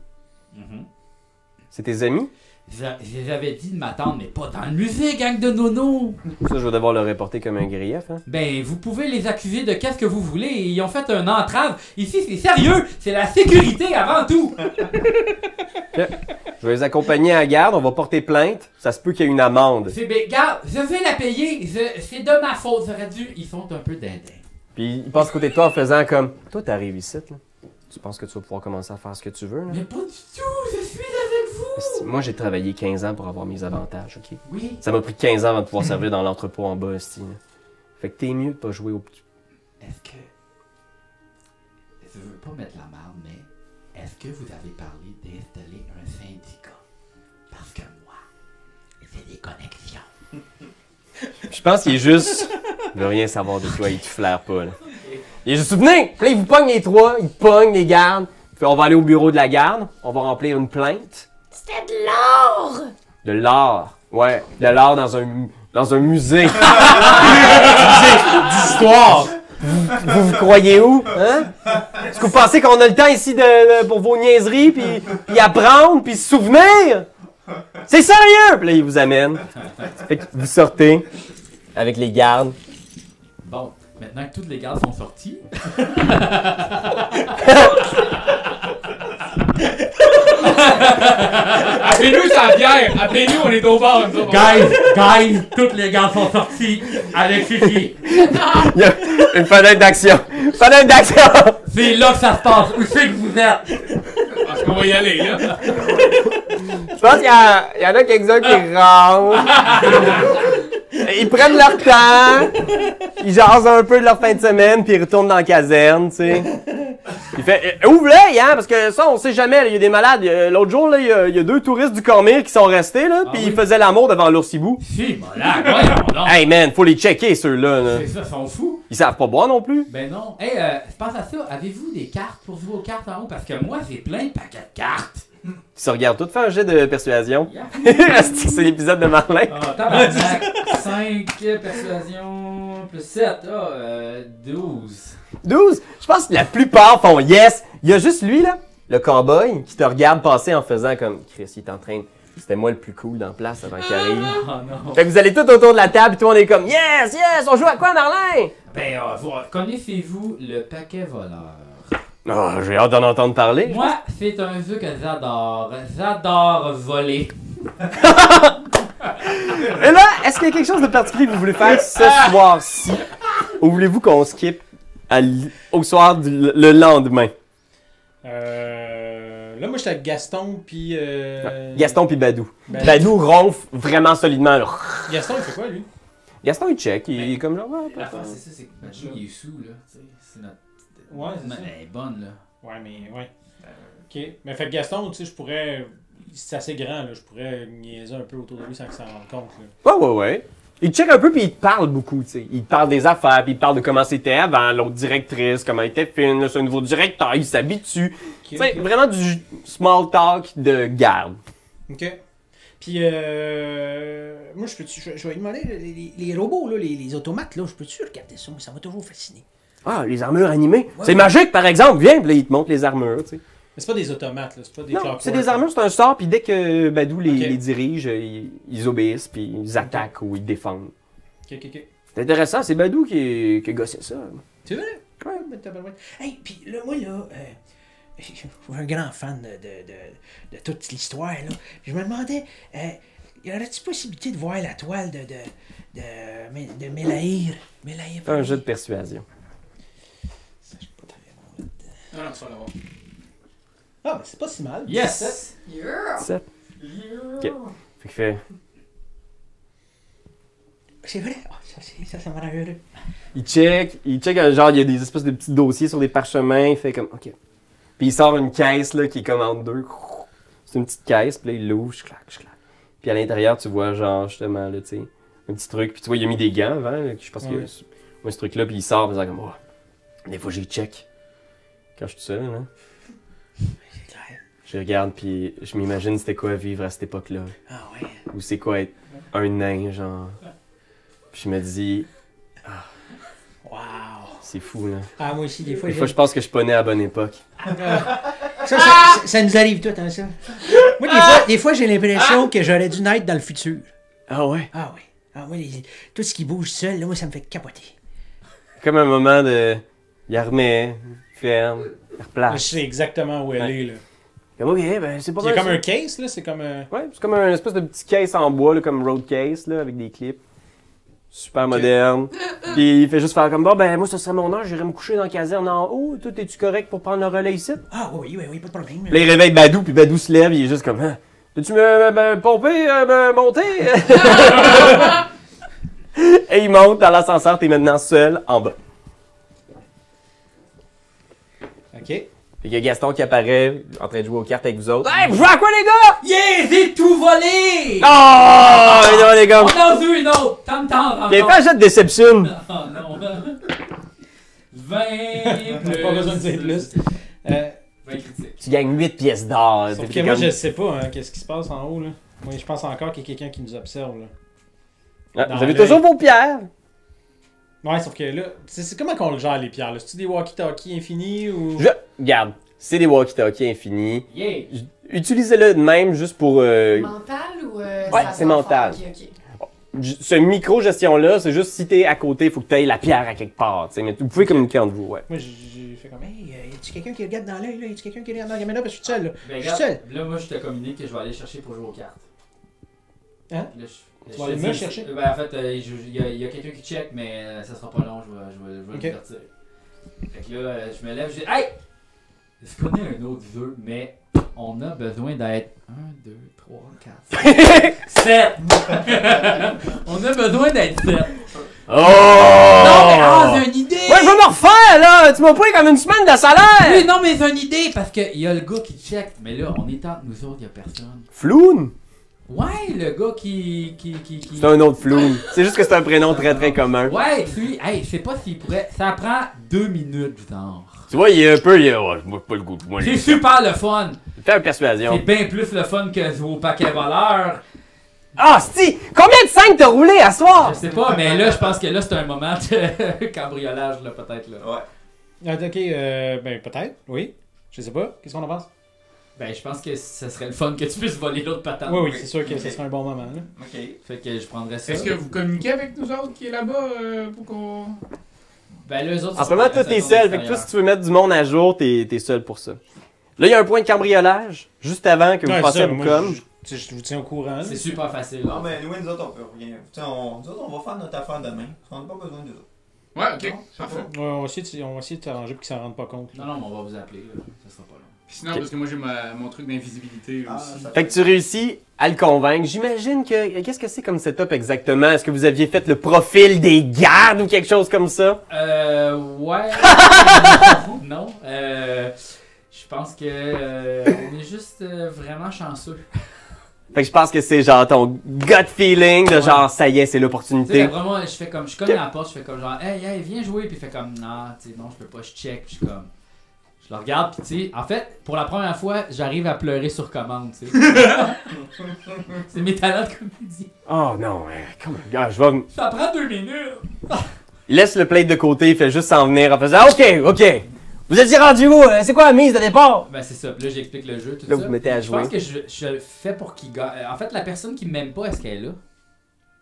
Speaker 1: C'est tes amis?
Speaker 3: J'a- J'avais dit de m'attendre, mais pas dans le musée, gang de nono!
Speaker 1: Ça, je vais devoir le reporter comme un grief. Hein.
Speaker 3: Ben, vous pouvez les accuser de qu'est-ce que vous voulez, et ils ont fait un entrave. Ici, c'est sérieux, c'est la sécurité avant tout!
Speaker 1: Je vais les accompagner à la garde, on va porter plainte. Ça se peut qu'il y ait une amende.
Speaker 3: C'est, ben, regarde, je vais la payer, je- c'est de ma faute, j'aurais dû. Ils sont un peu dindins.
Speaker 1: Puis il passe à côté de toi en faisant comme Toi, t'arrives ici, là. Tu penses que tu vas pouvoir commencer à faire ce que tu veux, là?
Speaker 3: Mais pas du tout, je suis avec vous!
Speaker 1: Esti, Moi, j'ai travaillé 15 ans pour avoir mes avantages, ok?
Speaker 3: Oui,
Speaker 1: Ça m'a pris 15 ans avant de pouvoir servir dans l'entrepôt en bas, esti, là. Fait que t'es mieux de pas jouer au petit.
Speaker 3: est-ce que. Je veux pas mettre la marde, mais est-ce que vous avez parlé d'installer un syndicat? Parce que moi, j'ai des connexions.
Speaker 1: Je pense qu'il est juste. <laughs> Il veut rien savoir de toi, il te flaire pas, là. Il est juste souvenez! Puis là, il vous pogne les trois, il pogne les gardes. Puis on va aller au bureau de la garde, on va remplir une plainte.
Speaker 8: C'était de l'or!
Speaker 1: De l'art. Ouais, de l'art dans un, mu- dans un <laughs> musée. d'histoire! Vous, vous vous croyez où? Hein? Est-ce que vous pensez qu'on a le temps ici de, de- pour vos niaiseries, puis, puis apprendre, puis se souvenir? C'est sérieux! Puis là, il vous amène. Fait que vous sortez avec les gardes.
Speaker 3: Bon, maintenant que toutes les gardes sont sorties.
Speaker 5: Appelez-nous sa bière! Appelez-nous, on est au bar, nous autres.
Speaker 3: Guys, guys, toutes les gardes sont sorties avec Fifi.
Speaker 1: Il y a <laughs> une fenêtre d'action. Fenêtre d'action!
Speaker 3: C'est là que ça se passe. Où c'est que vous êtes?
Speaker 5: Parce qu'on va y aller, là.
Speaker 1: Je pense qu'il y, a- il y en a quelques-uns qui
Speaker 3: Ah.
Speaker 1: rentrent. Ils prennent leur temps. Ils jasent un peu de leur fin de semaine, puis ils retournent dans la caserne, tu sais. Il fait euh, ouvre l'œil, hein, parce que ça, on sait jamais, là, il y a des malades. Euh, L'autre jour, là, il y, a- il y a deux touristes du Cormire qui sont restés, là,
Speaker 3: Ah
Speaker 1: puis
Speaker 3: oui?
Speaker 1: ils faisaient l'amour devant l'oursibou.
Speaker 3: Si, voilà, voyons donc.
Speaker 1: Hey man, faut les checker, ceux-là. Là.
Speaker 3: C'est ça, ils sont fous.
Speaker 1: Ils savent pas boire non plus.
Speaker 3: Ben non. Hey, euh, je pense à ça. Avez-vous des cartes pour jouer aux cartes en haut? Parce que moi, j'ai plein de paquets de cartes.
Speaker 1: Ils se regardent tous faire un jet de persuasion. <laughs>
Speaker 3: Yeah.
Speaker 1: Asti, C'est l'épisode de Marlin.
Speaker 3: Ah, tabarnak. 5 persuasion plus 7. Ah, euh, 12.
Speaker 1: 12, je pense que la plupart font yes. Il y a juste lui, là, le cowboy, qui te regarde passer en faisant comme Chris, il est en train. de- C'était moi le plus cool dans la place avant qu'il arrive.
Speaker 3: Oh non.
Speaker 1: Fait que vous allez tout autour de la table, puis tout le monde est comme yes, yes, on joue à quoi, Marlin?
Speaker 3: Ben, euh, vous- connaissez-vous le paquet voleur?
Speaker 1: Oh, j'ai hâte d'en entendre parler.
Speaker 3: Moi, c'est un jeu que j'adore. J'adore voler.
Speaker 1: Et là, est-ce qu'il y a quelque chose de particulier que vous voulez faire ce soir-ci? Ou voulez-vous qu'on skip à l- au soir du le lendemain?
Speaker 7: Euh, là, moi, j'étais avec Gaston, puis. euh,
Speaker 1: Gaston puis Badou.
Speaker 7: Ben-
Speaker 1: Badou ronfle vraiment solidement. là.
Speaker 7: Gaston, il fait quoi, lui
Speaker 1: Gaston, il check. Il est comme genre. ah, ouais,
Speaker 3: La fin, c'est ça, c'est que Mathieu, il est sous, là. tu sais, C'est notre.
Speaker 7: Ouais, c'est
Speaker 3: Mais
Speaker 7: ça.
Speaker 3: Elle est bonne, là.
Speaker 7: Ouais, mais ouais. Ok. Mais fait que Gaston, tu sais, je pourrais. C'est assez grand, là. Je pourrais niaiser un peu autour de lui sans qu'il s'en rende compte, là.
Speaker 1: Ouais, ouais, ouais. Il te check un peu, puis il te parle beaucoup, tu sais. Il te parle des affaires, puis il te parle de comment c'était avant, l'autre directrice, comment elle était fine, là, c'est un nouveau directeur, il s'habitue. Tu sais, vraiment du small talk de garde.
Speaker 7: Ok.
Speaker 4: Puis, euh, moi, je peux-tu. Je, je vais lui demander, les, les- les robots, là, les, les automates, là, je peux-tu regarder ça? Moi, ça m'a toujours fasciné.
Speaker 1: Ah, les armures animées. c'est magique, par exemple. Viens, puis là, il te montre les armures, tu sais.
Speaker 7: Mais c'est pas des automates, là. C'est pas des
Speaker 1: Non,
Speaker 7: clockwork,
Speaker 1: c'est des hein.
Speaker 7: là.
Speaker 1: armures, c'est un sort, puis dès que Badou les,
Speaker 7: Ok.
Speaker 1: les dirige, euh, ils, ils obéissent, puis ils attaquent ou ils défendent.
Speaker 7: Ok, ok, ok.
Speaker 1: C'est intéressant, c'est Badou qui, qui a gossé ça.
Speaker 7: C'est vrai?
Speaker 4: Ouais, mais tabarouette. Hey, puis là, moi, là, euh, <laughs> je suis un grand fan de, de, de, de toute l'histoire, là. Puis je me demandais, euh, y aurait-il possibilité de voir la toile de, de, de, Mé- de Mélaïr? Mélaïr.
Speaker 1: Fais un jeu de persuasion.
Speaker 4: Ça, je suis pas très bon là-dedans.
Speaker 5: Non, non, ça on va voir.
Speaker 4: Ah, mais c'est pas si mal.
Speaker 7: Yes!
Speaker 8: Yeah.
Speaker 1: Sept.
Speaker 8: Yeah.
Speaker 1: Fait que fait-
Speaker 4: C'est vrai? Ah, ça, c'est- ça, ça me rend heureux.
Speaker 1: Il check, il check, euh, genre, il y a des espèces de petits dossiers sur des parchemins, il fait comme, ok. Puis il sort une caisse, là, qui est comme en deux. C'est une petite caisse, puis là, il l'ouvre, je claque, je claque. Puis à l'intérieur, tu vois, genre, justement, là, tu sais, un petit truc. Puis tu vois, il a mis des gants avant, là, que je pense
Speaker 7: Ouais.
Speaker 1: que c'est- moi, ce truc-là, puis il sort, en faisant comme, oh, des fois, j'y check. Quand je suis tout seul, là,
Speaker 4: C'est clair.
Speaker 1: je regarde, puis je m'imagine c'était quoi vivre à cette époque-là.
Speaker 4: Ah, ouais.
Speaker 1: Ou c'est quoi être un nain, genre. Puis je me dis,
Speaker 4: Wow.
Speaker 1: c'est fou, là.
Speaker 4: Ah, moi aussi, des fois,
Speaker 1: Des
Speaker 4: j'ai-
Speaker 1: fois, je pense que je suis pas né à la bonne époque.
Speaker 4: Ça, ça, ça- ça nous arrive tout, hein, ça. Moi, des fois, des fois j'ai l'impression que j'aurais dû naître dans le futur.
Speaker 1: Ah ouais?
Speaker 4: Ah oui. Ah oui, les- tout ce qui bouge seul, là, moi, ça me fait capoter.
Speaker 1: Comme un moment de. Il remet, il ferme, il
Speaker 7: Ah, Je
Speaker 1: replace.
Speaker 7: sais exactement où elle
Speaker 1: Ouais.
Speaker 7: est, là.
Speaker 1: Ah, Comme, ok, ben c'est pas
Speaker 7: C'est
Speaker 1: mal.
Speaker 7: comme
Speaker 1: ça.
Speaker 7: un case, là. C'est comme euh, un.
Speaker 1: Ouais, c'est comme un espèce de petit case en bois, là, comme road case, là, avec des clips. Super moderne. Puis il fait juste faire comme bon, ben moi, ce serait mon heure, j'irai me coucher dans la caserne en haut. Toi, es-tu correct pour prendre le relais ici?
Speaker 4: Ah oui, oui, oui, pas de problème.
Speaker 1: Puis là, il réveille Badou, puis Badou se lève, il est juste comme. Hein, Peux-tu me, me- me pomper, euh, me monter? <laughs> Et il monte dans l'ascenseur, t'es maintenant seul en bas.
Speaker 7: Ok.
Speaker 1: Fait qu'il y a Gaston qui apparaît en train de jouer aux cartes avec vous autres.
Speaker 2: Hey, vous jouez à quoi, les gars?
Speaker 3: Yeah, j'ai tout volé!
Speaker 1: Oh! Mais non, les gars!
Speaker 3: On en veut une autre! Tam tam!
Speaker 1: T'es pas un jeu de déception!
Speaker 3: Ah non! 20 plus.
Speaker 7: Pas besoin de dire plus. Euh,
Speaker 3: 20 critiques.
Speaker 1: Tu gagnes 8 pièces d'or.
Speaker 7: sauf
Speaker 1: T'es
Speaker 7: que moi,
Speaker 1: comme-
Speaker 7: je sais pas, hein, qu'est-ce qui se passe en haut, là. Moi, je pense encore qu'il y a quelqu'un qui nous observe, là.
Speaker 1: Ah,
Speaker 7: dans
Speaker 1: vous avez
Speaker 7: l'œil.
Speaker 1: toujours vos pierres!
Speaker 7: Ouais, sauf que là, c'est c'est comment qu'on le gère, les pierres, là? C'est-tu des walkie-talkie infinis ou.
Speaker 1: Je... Regarde, c'est des walkie-talkies infinis.
Speaker 3: Yeah!
Speaker 1: J- Utilisez-le de même juste pour... euh,
Speaker 8: Mental ou. euh,
Speaker 1: Ouais,
Speaker 8: ça
Speaker 1: c'est
Speaker 8: sort
Speaker 1: mental.
Speaker 8: fort? Ok, ok.
Speaker 1: j- ce micro-gestion-là, c'est juste si t'es à côté, faut que t'ailles la pierre à quelque part. t'sais, Mais vous pouvez communiquer entre vous, ouais.
Speaker 7: Moi, j'ai- j'ai fait comme.
Speaker 4: Hey, euh, y a-tu quelqu'un qui regarde dans l'œil, là? Y a-tu quelqu'un qui regarde dans la caméra? Parce que je suis seul, là.
Speaker 3: Ben,
Speaker 4: Je suis
Speaker 3: regarde,
Speaker 4: seul.
Speaker 3: Là, moi, je te communique que je vais aller chercher pour jouer aux cartes.
Speaker 7: Hein?
Speaker 3: Là, je-
Speaker 7: Tu
Speaker 3: je
Speaker 7: vas
Speaker 3: te
Speaker 7: aller me
Speaker 3: dis-
Speaker 7: chercher?
Speaker 3: Ben, en fait, euh, je- il y a, il y a quelqu'un qui check, mais euh, ça sera pas long, je vais, je vais, je vais
Speaker 7: Ok.
Speaker 3: le sortir. Fait que là, euh, je me lève, je dis Hey Est-ce qu'on a un autre jeu, mais on a besoin d'être 1, 2, 3, 4,
Speaker 7: <laughs>
Speaker 3: 7 <laughs> On a besoin d'être 7
Speaker 1: Oh!
Speaker 3: Non,
Speaker 7: Oh.
Speaker 3: mais ah, j'ai une idée
Speaker 1: Ouais, je vais me refaire, là! Tu m'as pris comme une semaine de salaire!
Speaker 3: Oui, non, mais j'ai une idée parce qu'il y a le gars qui check, mais là, on est entre nous autres, il y a personne.
Speaker 1: Floune?
Speaker 3: Ouais, le gars qui. qui, qui, qui-
Speaker 1: C'est un autre Floune. C'est juste que c'est un prénom très très commun.
Speaker 3: Ouais, lui, hey, je sais pas s'il pourrait. Ça prend deux minutes, genre.
Speaker 1: Tu vois, il est un peu... Il est... ouais, moi, pas le goût. Moi,
Speaker 3: C'est super le fun!
Speaker 1: Fais un persuasion.
Speaker 3: C'est bien plus le fun que jouer au paquet voleur.
Speaker 1: Ah, si! Combien de 5 t'as roulé à soir?
Speaker 3: Je sais pas, mais là, je pense que là, c'est un moment de <laughs> cambriolage, là, peut-être, là.
Speaker 7: Ah, ok, euh, ben peut-être, oui. Je sais pas. Qu'est-ce qu'on en pense?
Speaker 3: Ben, je pense que ce serait le fun que tu puisses voler l'autre patente.
Speaker 7: Oui, oui, c'est sûr que
Speaker 6: Ok.
Speaker 7: ce serait un bon moment, là.
Speaker 6: Ok.
Speaker 3: Fait que je prendrais ça.
Speaker 5: Est-ce que vous communiquez avec nous autres qui est là-bas euh, pour qu'on.
Speaker 3: Ben, là, eux autres,
Speaker 1: En ce moment, toi, t'es seul. Fait que toi, si tu veux mettre du monde à jour, t'es t'es seul pour ça. Là, il y a un point de cambriolage, juste avant que vous
Speaker 7: Ouais,
Speaker 1: passiez
Speaker 7: ça,
Speaker 1: à
Speaker 7: moi,
Speaker 1: Boucom.
Speaker 7: je- Je, je vous tiens au courant. là.
Speaker 3: C'est super facile.
Speaker 6: Non, mais nous, nous autres, on peut rien. Tu sais, on, nous autres, on va faire notre affaire demain. On n'a pas besoin de nous autres.
Speaker 5: Ouais, ok.
Speaker 6: Non, c'est
Speaker 5: Parfait.
Speaker 6: pas-
Speaker 7: Ouais, on va essayer de, on va essayer de t'arranger pour qu'ils s'en rendent pas compte. là.
Speaker 3: Non, non, mais on va vous appeler, là. Ça sera pas long.
Speaker 5: Puis Sinon,
Speaker 1: Ok.
Speaker 5: parce que moi j'ai ma- mon truc d'invisibilité là,
Speaker 6: Ah,
Speaker 5: aussi.
Speaker 6: ça
Speaker 1: Fait que tu réussis à le convaincre. J'imagine que. Qu'est-ce que c'est comme setup exactement? Est-ce que vous aviez fait le profil des gardes ou quelque chose comme ça?
Speaker 3: Euh, ouais. non. Euh, je pense que euh, on est juste euh, vraiment chanceux.
Speaker 1: Fait que je pense que c'est genre ton gut feeling de genre, ça y est, c'est
Speaker 3: Tu sais,
Speaker 1: l'opportunité.
Speaker 3: vraiment, je fais comme, je cogne à la porte, je fais comme genre, hey, hey, viens jouer, puis il fait comme, non, tu sais, non, je peux pas, je check, puis je suis comme, je le regarde, puis tu sais, en fait, pour la première fois, j'arrive à pleurer sur commande, tu
Speaker 1: <laughs>
Speaker 3: sais. c'est mes talents de comédie.
Speaker 2: Oh non, hein, comment.
Speaker 1: Ah, je vais...
Speaker 3: Ça prend deux minutes.
Speaker 1: Il laisse le plate de côté, il fait juste s'en venir en faisant, OK,
Speaker 2: ok. Vous étiez rendu où?
Speaker 1: Euh,
Speaker 2: hein? C'est quoi la mise de départ?
Speaker 3: Ben, c'est ça, puis là, j'explique le jeu, tout
Speaker 1: Là,
Speaker 3: ça.
Speaker 1: vous mettez à
Speaker 3: Je
Speaker 1: jouer.
Speaker 3: pense que je, je le fais pour qu'il gagne. En fait, la personne qui m'aime pas, est-ce qu'elle est là?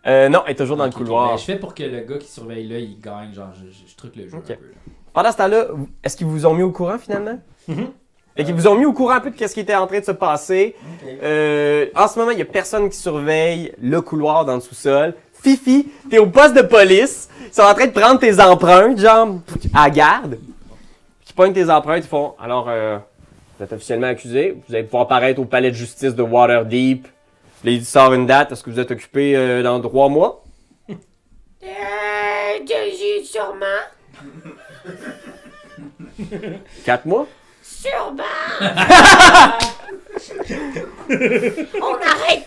Speaker 1: Euh, non, elle est toujours dans le
Speaker 3: Ok, ok,
Speaker 1: couloir.
Speaker 3: ben, je fais pour que le gars qui surveille là, il gagne, genre, je, je- je truc le jeu
Speaker 1: Ok.
Speaker 3: un peu.
Speaker 7: Ben,
Speaker 3: là.
Speaker 1: Pendant ce temps-là, est-ce qu'ils vous ont mis au courant finalement? Fait qu'ils vous ont mis au courant un peu de ce qui était en train de se passer. Euh, en ce moment, il y a personne qui surveille le couloir dans le sous-sol. Fifi, t'es au poste de police. Ils sont en train de prendre tes empreintes, genre, à la garde. Ils pognent tes empreintes, ils font Alors, euh, vous êtes officiellement accusé. Vous allez pouvoir paraître au palais de justice de Waterdeep. Là, il sort une date. Est-ce que vous êtes occupé euh, dans trois mois?
Speaker 8: Euh, sûrement.
Speaker 1: Quatre mois?
Speaker 8: Sûrement.
Speaker 1: <laughs>
Speaker 8: On n'arrête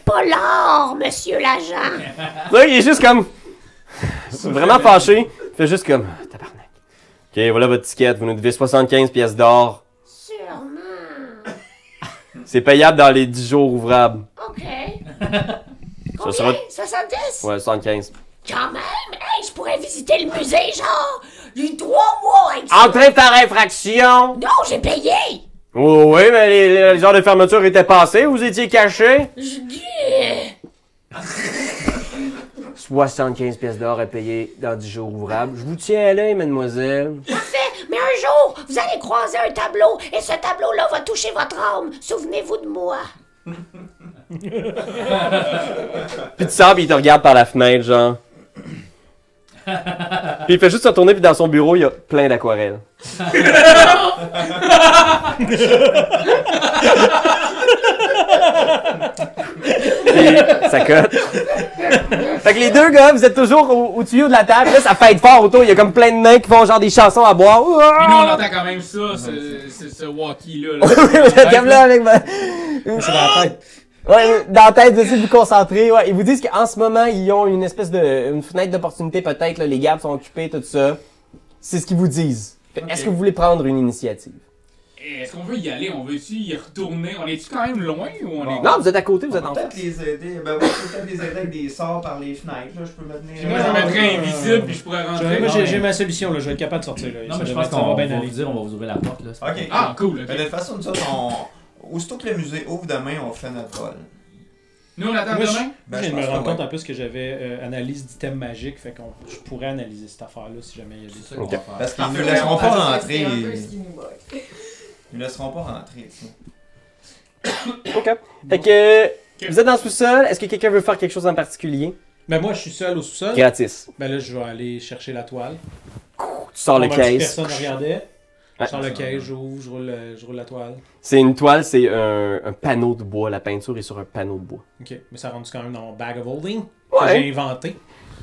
Speaker 8: pas l'or, monsieur l'agent.
Speaker 1: Là, il est juste comme. Vraiment fâché. Il fait juste comme. Ah, Tabarnak. Ok, voilà votre ticket. Vous nous devez 75 pièces d'or.
Speaker 8: Sûrement.
Speaker 1: C'est payable dans les 10 jours ouvrables.
Speaker 8: OK.
Speaker 1: Ça sera. Ouais,
Speaker 8: 70?
Speaker 1: 75.
Speaker 8: Quand même, hey, je pourrais visiter le musée, genre, du trois mois avec ça.
Speaker 1: Entrée par infraction!
Speaker 8: Non, j'ai payé.
Speaker 1: Oui, oui, mais les, les- les heures de fermeture étaient passées. Vous étiez caché.
Speaker 8: Je euh, dis...
Speaker 1: 75 pièces d'or à payer dans 10 jours ouvrables. Je vous tiens à l'œil, mademoiselle.
Speaker 8: Parfait, mais un jour, vous allez croiser un tableau et ce tableau-là va toucher votre âme. Souvenez-vous de moi.
Speaker 1: Puis tu sors, puis il te regarde par la fenêtre, genre. Puis il fait juste se retourner, puis dans son bureau, il y a plein d'aquarelles. Puis ça cote. Fait que les deux gars, vous êtes toujours au, au tuyau de la table. Là, ça fête fort autour. Il y a comme plein de nains qui font genre des chansons à boire.
Speaker 5: Mais nous, on entend quand même ça,
Speaker 1: Ah,
Speaker 5: ce, ce, ce
Speaker 1: <laughs>
Speaker 5: walkie-là.
Speaker 1: <coughs>
Speaker 5: là.
Speaker 1: Comme là, avec ma-
Speaker 7: C'est dans la tête.
Speaker 1: Ouais, dans la tête, essayez de vous concentrer. Ouais. Ils vous disent qu'en ce moment, ils ont une espèce de une fenêtre d'opportunité peut-être. là. Les gardes sont occupés, tout ça. C'est ce qu'ils vous disent. Fait, Est-ce que vous voulez prendre une initiative?
Speaker 5: Et Eh, Est-ce qu'on veut y aller? On veut-tu y retourner? On est-tu quand même loin ou on est...
Speaker 1: Non, vous êtes à côté, vous êtes
Speaker 6: On
Speaker 1: en
Speaker 6: peut
Speaker 1: face.
Speaker 6: peut-être les aider. Ben, moi, je peux peut-être les aider avec des sorts par les fenêtres. Là, je peux me tenir.
Speaker 5: Moi, je me mettrais invisible puis je pourrais
Speaker 3: Ah,
Speaker 7: J'ai- Moi,
Speaker 5: rentrer.
Speaker 7: j'ai j'ai ma solution, là. je vais être capable de sortir. Là.
Speaker 3: Non,
Speaker 7: Ça
Speaker 3: mais je
Speaker 7: devrait-
Speaker 3: pense
Speaker 7: ça
Speaker 3: qu'on
Speaker 7: va
Speaker 3: va
Speaker 7: bien
Speaker 3: vous
Speaker 7: aller.
Speaker 3: dire, on va vous ouvrir la porte, là. c'est pas
Speaker 6: Ok.
Speaker 3: grave.
Speaker 5: Ah, cool,
Speaker 6: Mais
Speaker 5: ok.
Speaker 6: de toute façon, nous autres, on... aussitôt que le musée ouvre demain, on fait notre vol.
Speaker 5: Nous, on attend
Speaker 7: Moi, je-
Speaker 5: demain?
Speaker 6: Ben,
Speaker 7: je
Speaker 6: je
Speaker 7: viens de me
Speaker 6: pense
Speaker 7: rendre
Speaker 6: que
Speaker 7: compte
Speaker 6: ouais.
Speaker 7: en plus que j'avais euh, analyse d'items magiques, fait qu'on je pourrais analyser cette affaire-là si jamais il y a des.
Speaker 3: C'est ça qu'on va faire.
Speaker 8: Ah,
Speaker 6: Parce qu'ils
Speaker 5: Parfait.
Speaker 6: nous laisseront
Speaker 5: On
Speaker 6: pas rentrer.
Speaker 8: C'est un peu ce
Speaker 6: Ils
Speaker 8: qui nous manque.
Speaker 6: nous laisseront pas rentrer. tu sais.
Speaker 1: OK. Fait que vous êtes dans le sous-sol. Est-ce que quelqu'un veut faire quelque chose en particulier?
Speaker 7: Ben moi je suis seul au sous-sol,
Speaker 1: Gratis.
Speaker 7: ben là je vais aller chercher la toile.
Speaker 1: Tu sors le
Speaker 7: Convaincu que
Speaker 1: caisse.
Speaker 7: Personne ne regardait. Je
Speaker 1: Ouais.
Speaker 7: sors le caisse, j'ouvre, je roule, euh, je roule la toile.
Speaker 1: C'est une toile, c'est un, un panneau de bois. La peinture est sur un panneau de bois.
Speaker 7: Ok, mais ça rentre quand même dans mon bag of holding que
Speaker 1: Ouais.
Speaker 7: j'ai inventé.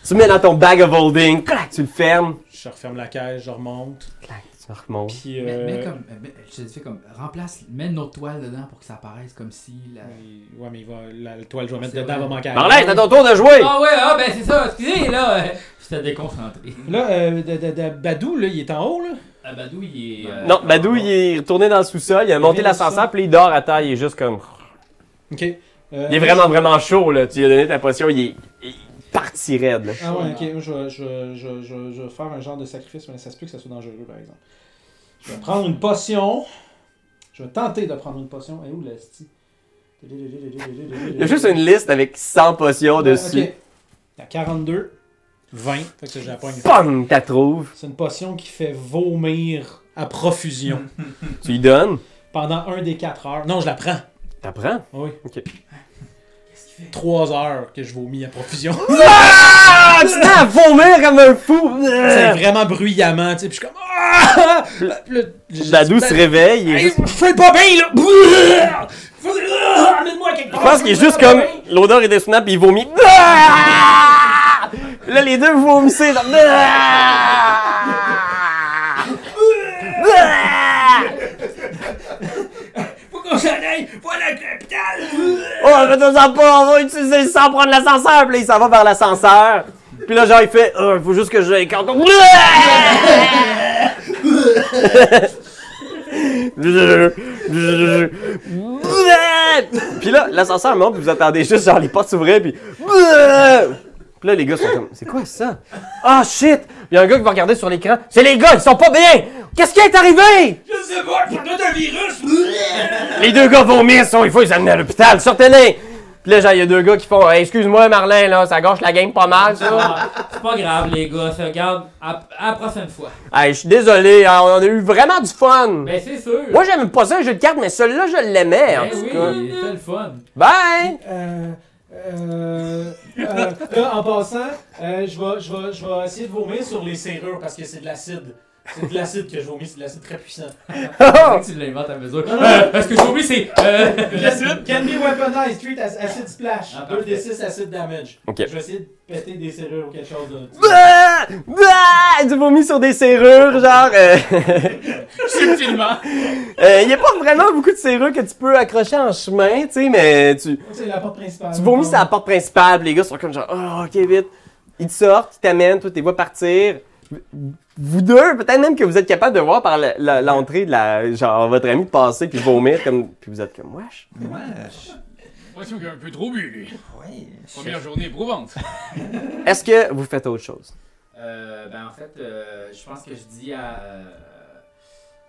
Speaker 1: Tu mets dans ton bag of holding. Clac, tu le fermes.
Speaker 7: Je referme la caisse, je remonte.
Speaker 1: Clac, tu le remontes.
Speaker 7: Puis
Speaker 3: Mais,
Speaker 7: euh,
Speaker 3: mais comme, mais- je te fais comme, remplace, mets notre toile dedans pour que ça apparaisse comme si la...
Speaker 7: mais- ouais mais il va, la, la toile je vais mettre
Speaker 3: C'est
Speaker 7: dedans
Speaker 3: vrai.
Speaker 7: va manquer. à
Speaker 1: Marlène,
Speaker 7: rien.
Speaker 1: t'as ton tour de jouer!
Speaker 3: Ah ouais, ah ben c'est ça, excusez, là, euh, j'étais déconcentré.
Speaker 7: Là, euh, de- de- de- Badou, là, il est en haut, là.
Speaker 3: Ah, Badou, il est... euh,
Speaker 1: Non, Badou, il est retourné dans le sous-sol, il a monté
Speaker 7: vient du
Speaker 1: l'ascenseur,
Speaker 7: sol.
Speaker 1: puis là, il dort à terre, il est juste comme...
Speaker 7: Ok. Euh,
Speaker 1: Il est vraiment, vraiment chaud, là. Tu lui as donné ta potion, il est, il est parti raide, là.
Speaker 7: Ah ouais, ok. Moi, je vais, je, vais- je, vais- je vais- je vais faire un genre de sacrifice, mais ça se peut que ça soit dangereux, par exemple. Je vais prendre une potion. Je vais tenter de prendre une potion. Et où la sti?
Speaker 1: Il y a juste une liste avec 100 potions dessus.
Speaker 7: Ok. Il y a 42, 20. Fait que ça, je la pogne.
Speaker 1: Pong, t'as trouves.
Speaker 7: C'est une potion qui fait vomir à profusion
Speaker 1: Tu lui donnes,
Speaker 7: pendant un des 4 heures. Mm. Non, je la prends.
Speaker 1: t'apprends.
Speaker 7: Oui.
Speaker 1: Ok.
Speaker 7: 3 heures que je vomis à
Speaker 1: <laughs>
Speaker 7: profusion.
Speaker 1: Ah! Tu t'as à vomir comme un fou!
Speaker 7: C'est vraiment bruyamment, tu sais, puis je suis comme ah! Puis là, j'ai- j'ai-
Speaker 1: Badou se réveille, il est
Speaker 7: Hey,
Speaker 1: juste...
Speaker 7: Je fais pas bien là. Faut- Amène-moi quelque
Speaker 1: Je
Speaker 7: part.
Speaker 1: pense qu'il est juste comme... L'odeur est descendante, puis il vomit. Ah! Là, les deux vomissez, genre... Ah! Ah!
Speaker 7: Faut qu'on s'en aille. Voilà le capital.
Speaker 1: Oh, fais-toi-en pas, on va utiliser ça, prendre l'ascenseur. Puis là, il s'en va vers l'ascenseur. Puis là, genre, il fait, oh, il faut juste que je quand on- <laughs> Puis là, l'ascenseur monte, puis vous attendez juste, genre, les portes s'ouvraient, puis. Puis là, les gars sont comme, c'est quoi ça? Ah, shit! Il y a un gars qui va regarder sur l'écran. C'est les gars, ils sont pas bien! Qu'est-ce qui est arrivé?
Speaker 4: Je sais pas, pour tout un virus!
Speaker 1: Les deux gars vomissent, oh, il faut les amener à l'hôpital, sortez-les! Puis là, genre, il y a deux gars qui font Hey, Excuse-moi, Marlin, là, ça gâche la game pas mal, ça.
Speaker 3: C'est pas grave, les gars, ça regarde à, à la prochaine fois.
Speaker 1: Hey, je suis désolé, hein, on a eu vraiment du fun!
Speaker 3: Ben, c'est sûr.
Speaker 1: Moi, j'aime pas ça, le jeu de cartes, mais celui-là, je l'aimais, en
Speaker 3: ben
Speaker 1: tout
Speaker 3: oui,
Speaker 1: cas.
Speaker 3: c'est le fun.
Speaker 1: Bye!
Speaker 7: Euh, euh, euh, là, en passant, euh, je vais- je vais je vais essayer de vomir sur les serrures parce que c'est de l'acide. C'est de l'acide que je vomis, c'est de l'acide très puissant.
Speaker 1: Ah!
Speaker 3: C'est que tu l'inventes à mesure. Euh, parce que j'ai oublié, c'est. Euh,
Speaker 7: L'acide can be weaponized, treat as acid splash.
Speaker 3: Ah,
Speaker 7: 2d6 acid damage.
Speaker 1: Ok.
Speaker 7: Je vais essayer de péter des serrures ou quelque chose
Speaker 3: <laughs>
Speaker 7: de.
Speaker 1: Ah! Ah! Du vomi sur des serrures, genre. euh, <laughs>
Speaker 5: Subtilement.
Speaker 1: euh, Il y a pas vraiment beaucoup de serrures que tu peux accrocher en chemin, tu sais, mais tu,
Speaker 7: C'est la porte principale.
Speaker 1: tu vomis sur la porte principale, puis les gars sont comme genre, oh, ok, vite. Ils te sortent, ils t'amènent, toi, tu les vois partir. Vous deux, peut-être même que vous êtes capable de voir par la- la- l'entrée de la. Genre, votre ami de passer, puis vomir, comme. Puis vous êtes comme, wesh.
Speaker 6: Wesh.
Speaker 5: Moi, je suis un peu trop bu, lui.
Speaker 6: Oui.
Speaker 5: Première journée éprouvante.
Speaker 1: Est-ce que vous faites autre chose?
Speaker 3: Euh, ben en fait, euh, je pense que je dis à, euh,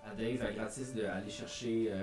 Speaker 3: à Dave, à Gratis, d'aller chercher euh,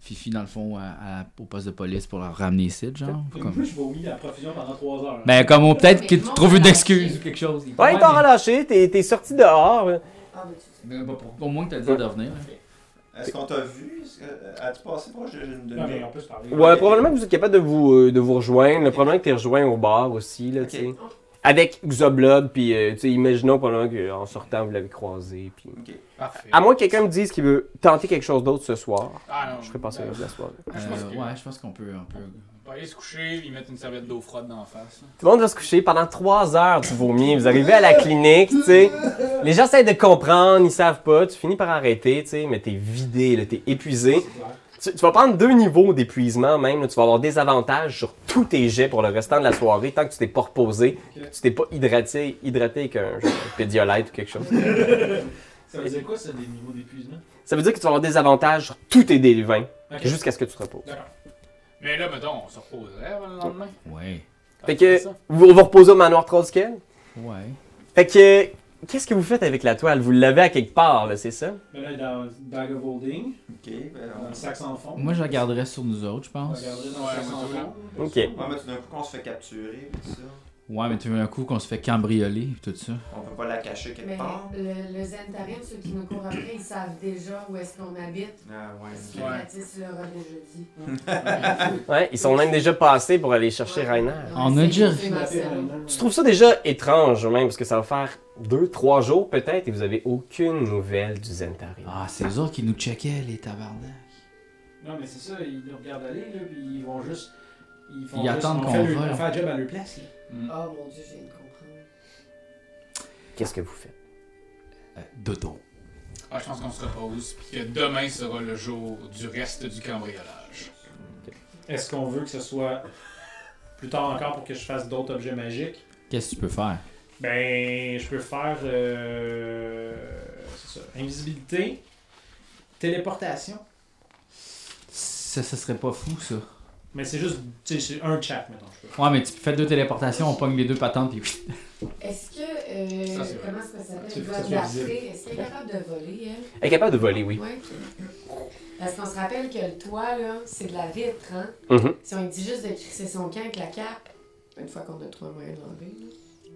Speaker 3: Fifi, dans le fond, à- à- au poste de police pour la ramener ici, genre.
Speaker 7: Fait que
Speaker 3: Ah, Comme...
Speaker 7: moi, je vomis à profusion pendant 3 heures. hein.
Speaker 3: Ben comme on peut-être
Speaker 8: Mais
Speaker 3: que tu
Speaker 8: non,
Speaker 3: trouves une
Speaker 8: non,
Speaker 3: excuse
Speaker 8: non.
Speaker 3: ou quelque chose.
Speaker 1: Ouais, il t'a relâché, t'es t'es sorti dehors.
Speaker 8: Ah, ben,
Speaker 3: mais- mais bon, pour- Au moins que t'as dit de revenir. hein.
Speaker 6: Est-ce qu'on t'a vu? Est-ce que- euh, As-tu passé proche de- d'une
Speaker 7: Non, mais
Speaker 6: demi
Speaker 7: on peut se parler.
Speaker 1: Ouais, probablement que vous êtes capable de vous, euh, de vous rejoindre. Le problème est que t'es rejoint au bar aussi, là, tu sais. Avec Xoblob, puis, euh, tu sais, imaginons probablement qu'en sortant, vous l'avez croisé, puis...
Speaker 5: Parfait.
Speaker 1: À moins que quelqu'un me dise qu'il veut tenter quelque chose d'autre ce soir,
Speaker 5: Ah non.
Speaker 1: je ferai passer le reste de la soirée.
Speaker 5: Je pense
Speaker 3: Euh,
Speaker 5: que-
Speaker 3: ouais, je pense qu'on peut, on peut.
Speaker 5: On va aller se coucher, lui mettre une serviette d'eau froide dans la face.
Speaker 1: Tout le monde va se coucher pendant trois heures, tu vomis. Vous arrivez à la clinique, tu sais. Les gens essayent de comprendre, ils savent pas. Tu finis par arrêter, tu sais, mais t'es vidé, là, t'es épuisé. Tu, tu vas prendre deux niveaux d'épuisement même. là. Tu vas avoir des avantages sur tous tes jets pour le restant de la soirée tant que tu t'es pas reposé, que tu t'es pas hydraté, hydraté avec un genre, un pédiolite ou quelque chose.
Speaker 7: Ça veut dire quoi, ça, des niveaux d'épuisement
Speaker 1: Ça veut dire que tu vas avoir des avantages sur tous tes dés de vin
Speaker 7: Ok.
Speaker 1: jusqu'à ce que tu te reposes.
Speaker 5: Mais là, mettons, on se reposerait avant le lendemain.
Speaker 3: Ouais.
Speaker 1: Fait que vous, on va reposer au manoir Trollscale.
Speaker 3: Ouais.
Speaker 1: Fait que euh, qu'est-ce que vous faites avec la toile Vous l'avez à quelque part, là, c'est ça
Speaker 7: Mais là, dans le bag of holding,
Speaker 6: Ok, ben
Speaker 7: dans le sac sans fond.
Speaker 3: Moi, je la garderais sur nous autres, je
Speaker 7: on
Speaker 3: pense.
Speaker 7: regarderait dans le sac sans fond.
Speaker 1: Ok.
Speaker 6: on... Ouais, mais tout d'un coup qu'on se fait capturer, pis tout ça.
Speaker 3: Ouais, mais tu veux un coup qu'on se fait cambrioler et tout ça.
Speaker 6: On peut pas la cacher quelque
Speaker 8: Mais
Speaker 6: part.
Speaker 8: le, le Zentarim, ceux qui nous courent après, ils savent déjà où est-ce qu'on habite.
Speaker 6: Ah ouais.
Speaker 8: Parce que
Speaker 6: ok.
Speaker 8: Gratis leur a déjà dit.
Speaker 1: Ouais, ils sont même déjà passés pour aller <laughs> chercher Rainer.
Speaker 8: Donc,
Speaker 3: On a
Speaker 8: c'est-
Speaker 3: déjà-
Speaker 8: c'est Marcel.
Speaker 1: Tu trouves ça déjà étrange, même, parce que ça va faire deux, trois jours peut-être, et vous avez aucune nouvelle du Zentari.
Speaker 3: Ah, c'est eux autres qui nous checkaient, les tabarnak.
Speaker 7: Non, mais c'est ça, ils nous regardent aller, là, puis ils vont juste. Ils, font
Speaker 3: Ils
Speaker 7: juste-
Speaker 3: attendent
Speaker 7: on
Speaker 3: qu'on
Speaker 7: fait le-
Speaker 3: vole.
Speaker 7: On fait la job à leur place, là.
Speaker 8: Oh mon dieu, je viens de comprendre.
Speaker 1: Qu'est-ce que vous faites?
Speaker 3: Euh, Dodo.
Speaker 5: Ah, je pense qu'on se repose, puis que demain sera le jour du reste du cambriolage.
Speaker 7: Est-ce qu'on veut que ce soit plus tard encore pour que je fasse d'autres objets magiques?
Speaker 3: Qu'est-ce que tu peux faire?
Speaker 7: Ben, je peux faire. euh, c'est ça. Invisibilité. Téléportation.
Speaker 3: Ça, ça serait pas fou, ça.
Speaker 7: Mais c'est juste. Tu sais, c'est un chat, mettons. Je peux.
Speaker 3: Ouais, mais tu fais deux téléportations, on pogne les deux patentes, puis...
Speaker 8: Est-ce que.
Speaker 5: Ça,
Speaker 8: Euh,
Speaker 5: c'est vrai.
Speaker 8: comment ça
Speaker 7: C'est-
Speaker 8: s'appelle
Speaker 7: ça,
Speaker 8: Veuve
Speaker 7: c'est visible.
Speaker 8: d'Après, Est-ce qu'elle est capable de voler, elle
Speaker 1: Elle est capable de voler, oui.
Speaker 8: Ouais. Parce qu'on se rappelle que le toit, là, c'est de la vitre, hein.
Speaker 1: Mhm.
Speaker 8: Si on lui dit juste de crisser son camp avec la cape, une fois qu'on a trouvé un moyen de l'enlever, là.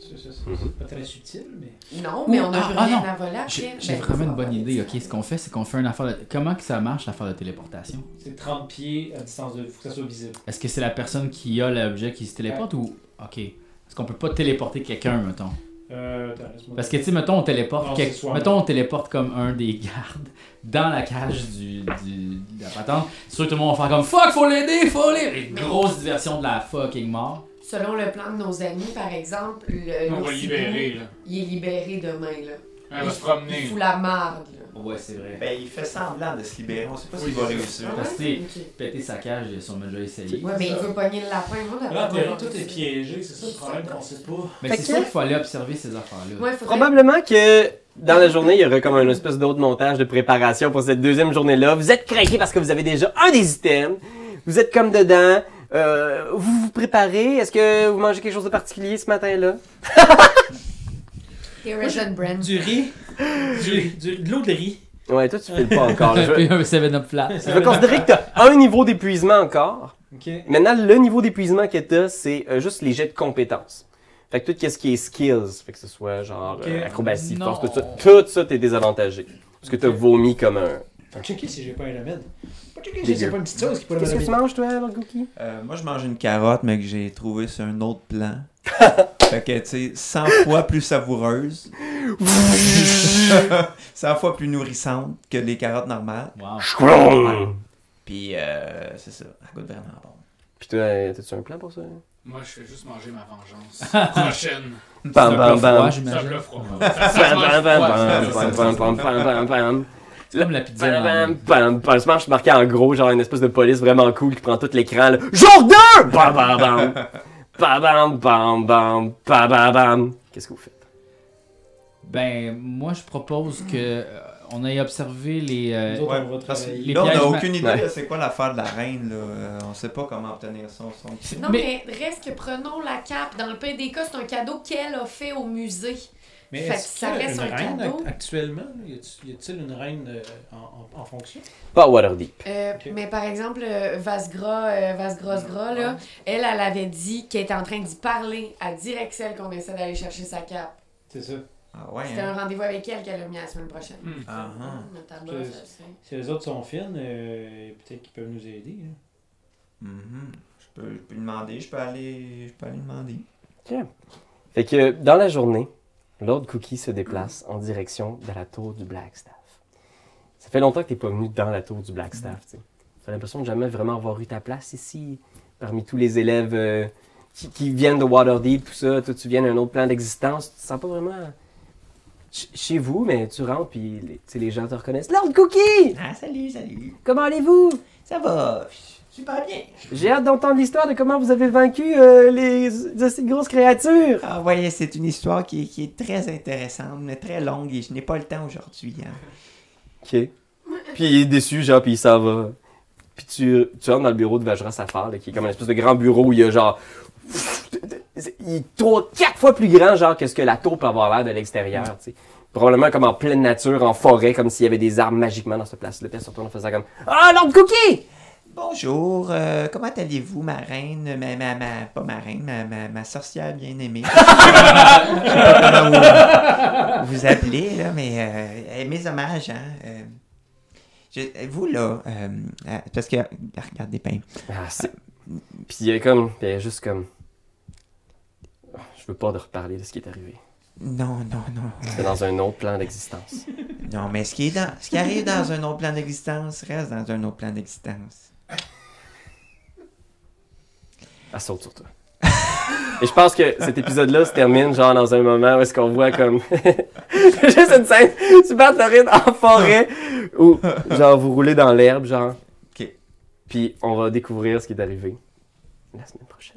Speaker 7: C'est ça, c'est- c'est pas très subtil, mais.
Speaker 8: Non, mais on n'a
Speaker 3: Ah,
Speaker 8: plus
Speaker 3: ah,
Speaker 8: rien
Speaker 3: non.
Speaker 8: à voler
Speaker 3: J'ai
Speaker 8: après.
Speaker 3: j'ai
Speaker 8: Ben,
Speaker 3: vraiment
Speaker 8: ça
Speaker 3: une
Speaker 8: va
Speaker 3: bonne
Speaker 8: pas
Speaker 3: idée,
Speaker 8: être
Speaker 3: ok?
Speaker 8: ça.
Speaker 3: Ce qu'on fait, c'est qu'on fait une affaire de... Comment que ça marche, l'affaire de téléportation?
Speaker 7: C'est 30 pieds à distance de. Faut que ça soit visible.
Speaker 3: Est-ce que c'est la personne qui a l'objet qui se téléporte ou... Ok. Est-ce qu'on peut pas téléporter quelqu'un, mettons?
Speaker 7: Euh. Attends, laisse-moi.
Speaker 3: Parce que, tu sais, mettons, on
Speaker 7: Non,
Speaker 3: téléporte...
Speaker 7: c'est
Speaker 3: quel-
Speaker 7: soi-même.
Speaker 3: Mettons, on téléporte comme un des gardes dans la cage du, du- de la patente. C'est sûr que tout le monde va faire comme « Fuck, faut l'aider, faut l'aider! » Grosse diversion de la fucking mort.
Speaker 8: Selon le plan de nos amis, par exemple, le
Speaker 5: On va le
Speaker 8: l'ours hibou,
Speaker 5: libérer, là.
Speaker 8: Il est libéré demain, là.
Speaker 5: Elle va
Speaker 8: Il
Speaker 5: se promener.
Speaker 8: Il fout la marde, là.
Speaker 3: Ouais, c'est vrai.
Speaker 6: Ben, il fait semblant de se libérer. On sait pas s'il va réussir.
Speaker 8: Ah ouais?
Speaker 3: Parce que t'es-
Speaker 8: Ok.
Speaker 3: Péter sa cage, ils sont déjà essayé.
Speaker 8: Ouais, mais il veut pogner le lapin, moi,
Speaker 5: Ah,
Speaker 9: Là, en
Speaker 8: d'après
Speaker 9: théorie,
Speaker 8: moi.
Speaker 9: tout est piégé, c'est ça le problème qu'on sait pas.
Speaker 3: Mais
Speaker 1: Fait
Speaker 3: c'est
Speaker 1: que-
Speaker 3: sûr qu'il faut aller observer ces affaires-là.
Speaker 8: Ouais, faudrait-
Speaker 1: Probablement que dans la journée, il y aurait comme un espèce d'autre montage de préparation pour cette deuxième journée-là. Vous êtes craqué parce que vous avez déjà un des items. Vous êtes comme dedans. Euh, vous vous préparez. Est-ce que vous mangez quelque chose de particulier ce matin-là?
Speaker 8: Here is that brand.
Speaker 9: Du riz, du, du- de l'eau de riz.
Speaker 1: Ouais, toi, tu fais pas encore.
Speaker 3: <laughs>
Speaker 1: Je,
Speaker 3: Puis un 7-up flat.
Speaker 1: je vais considérer que t'as un niveau d'épuisement encore.
Speaker 7: Ok.
Speaker 1: Maintenant, le niveau d'épuisement que t'as, c'est euh, juste les jets de compétences. Fait que tout ce qui est skills, fait que ce soit genre
Speaker 7: Ok.
Speaker 1: euh, acrobatie,
Speaker 3: Non.
Speaker 1: force, tout ça, tout ça, t'es désavantagé. Parce que t'as vomi comme un...
Speaker 7: Faut checker si j'ai pas un remède. Faut checker
Speaker 1: Dégueu.
Speaker 7: si c'est pas une petite chose qui pourrait me
Speaker 1: Qu'est-ce que tu
Speaker 7: remédier.
Speaker 1: manges, toi, Lord Gookie?
Speaker 6: Euh, moi, je mange une carotte, mais que j'ai trouvé sur un autre
Speaker 8: <laughs>
Speaker 6: plan. fait que, tu sais, 100 fois plus
Speaker 8: <laughs>
Speaker 6: savoureuse. <laughs> 100 fois plus nourrissante que les carottes normales.
Speaker 3: Wow.
Speaker 6: Puis, euh, c'est ça. Ça goûte vraiment bon.
Speaker 1: Puis toi, euh, t'as-tu un plan pour ça?
Speaker 5: Moi, je vais juste manger ma vengeance. Prochaine.
Speaker 1: Bam, bam, bam.
Speaker 5: C'est un bluff froid.
Speaker 3: Ouais.
Speaker 5: Ça, ça se mange
Speaker 1: Bam, bam,
Speaker 5: froid,
Speaker 1: bam,
Speaker 5: ça.
Speaker 1: bam, bam, bam, bam, bam, bam.
Speaker 3: C'est comme la pizza.
Speaker 1: Bam,
Speaker 3: là.
Speaker 1: bam, bam, bam. Smash marqué en gros, genre une espèce de police vraiment cool qui prend tout l'écran. là. Jour 2! Bam, bam, bam. Bam, bam, bam, bam. Bam, bam, bam. Qu'est-ce que vous faites?
Speaker 3: Ben, moi, je propose que euh, on aille observer les. euh,
Speaker 7: Nous autres,
Speaker 6: Ouais,
Speaker 7: on va
Speaker 6: parce que
Speaker 7: travailler.
Speaker 3: les
Speaker 6: là, on
Speaker 3: pièges
Speaker 6: n'a
Speaker 3: ma-
Speaker 6: aucune idée
Speaker 1: Ouais.
Speaker 6: de c'est quoi l'affaire de la reine. Là. Euh, on sait pas comment obtenir son, son petit.
Speaker 8: Non, mais... reste que prenons la cape. Dans le PDK, c'est un cadeau qu'elle a fait au musée.
Speaker 9: Mais
Speaker 8: Fait
Speaker 9: est-ce
Speaker 8: que
Speaker 9: qu'il
Speaker 8: ça
Speaker 9: y a
Speaker 8: reste
Speaker 9: une
Speaker 8: un
Speaker 9: reine
Speaker 8: cadeau.
Speaker 9: act- actuellement? là? Y a-t- y a-t-il une reine euh, en, en- en fonction?
Speaker 1: Pas Waterdeep.
Speaker 8: Euh,
Speaker 9: Ok.
Speaker 8: Mais par exemple, euh, Vasgras, euh, Vasgras-Gras, là,
Speaker 5: Ah.
Speaker 8: elle, elle avait dit qu'elle était en train d'y parler à Direxel qu'on essaie d'aller chercher sa cape.
Speaker 7: C'est ça.
Speaker 6: Ah ouais,
Speaker 8: C'était
Speaker 6: hein?
Speaker 8: un rendez-vous avec elle qu'elle a mis la semaine prochaine.
Speaker 6: Ah, ah.
Speaker 8: Le tabac,
Speaker 7: Je-
Speaker 8: ça, c'est-
Speaker 7: Si les autres sont fines, euh, peut-être qu'ils peuvent nous aider. hein.
Speaker 6: Mhm. Je, peux, je peux lui demander, je peux aller, je peux aller demander.
Speaker 1: Fait que dans la journée, Lord Cookie se déplace en direction de la tour du Blackstaff. Ça fait longtemps que t'es pas venu dans la tour du Blackstaff. tu T'as l'impression de jamais vraiment avoir eu ta place ici, parmi tous les élèves euh, qui, qui viennent de Waterdeep, tout ça. Toi, tu viens d'un autre plan d'existence. Tu te sens pas vraiment ch- chez vous, mais tu rentres, puis les, tu sais, les gens te reconnaissent. Lord Cookie!
Speaker 6: Ah, salut, salut.
Speaker 1: Comment allez-vous?
Speaker 6: Ça va? Super bien.
Speaker 1: J'ai hâte d'entendre l'histoire de comment vous avez vaincu euh, les, ces grosses créatures.
Speaker 6: Ah ouais, c'est une histoire qui est, qui est très intéressante, mais très longue, et je n'ai pas le temps aujourd'hui. hein.
Speaker 1: Ok. Puis il est déçu, genre, puis il s'en va. Puis tu, tu rentres dans le bureau de Vajra Safar, là, qui est comme un espèce de grand bureau où il y a genre. Il est trois, quatre fois plus grand, genre, que ce que la tour peut avoir l'air de l'extérieur, tu sais. Probablement comme en pleine nature, en forêt, comme s'il y avait des arbres magiquement dans cette place-là. Puis elle se retourne en faisant comme Ah, Lord Cookie!
Speaker 6: Bonjour, euh, comment allez-vous, ma reine, ma, ma, ma- pas ma reine, ma, ma, ma sorcière bien-aimée? Je sais pas comment vous, vous appelez, là, mais euh, euh, mes hommages, hein. euh, je- vous, là, euh, euh, parce que, ah, regardez bien,
Speaker 1: Ah, c'est- Puis il est comme. Puis elle est juste comme. Ah, Je veux pas de reparler de ce qui est arrivé.
Speaker 6: non, non, non,
Speaker 1: C'était dans un autre plan d'existence.
Speaker 6: non, mais ce qui, est dans, ce qui arrive dans un autre plan d'existence reste dans un autre plan d'existence.
Speaker 1: Elle saute sur toi. Et je pense que cet épisode-là se termine genre dans un moment où est-ce qu'on voit comme <laughs> juste une scène super torride en forêt où genre vous roulez dans l'herbe genre.
Speaker 6: Ok.
Speaker 1: Puis on va découvrir ce qui est arrivé la semaine prochaine.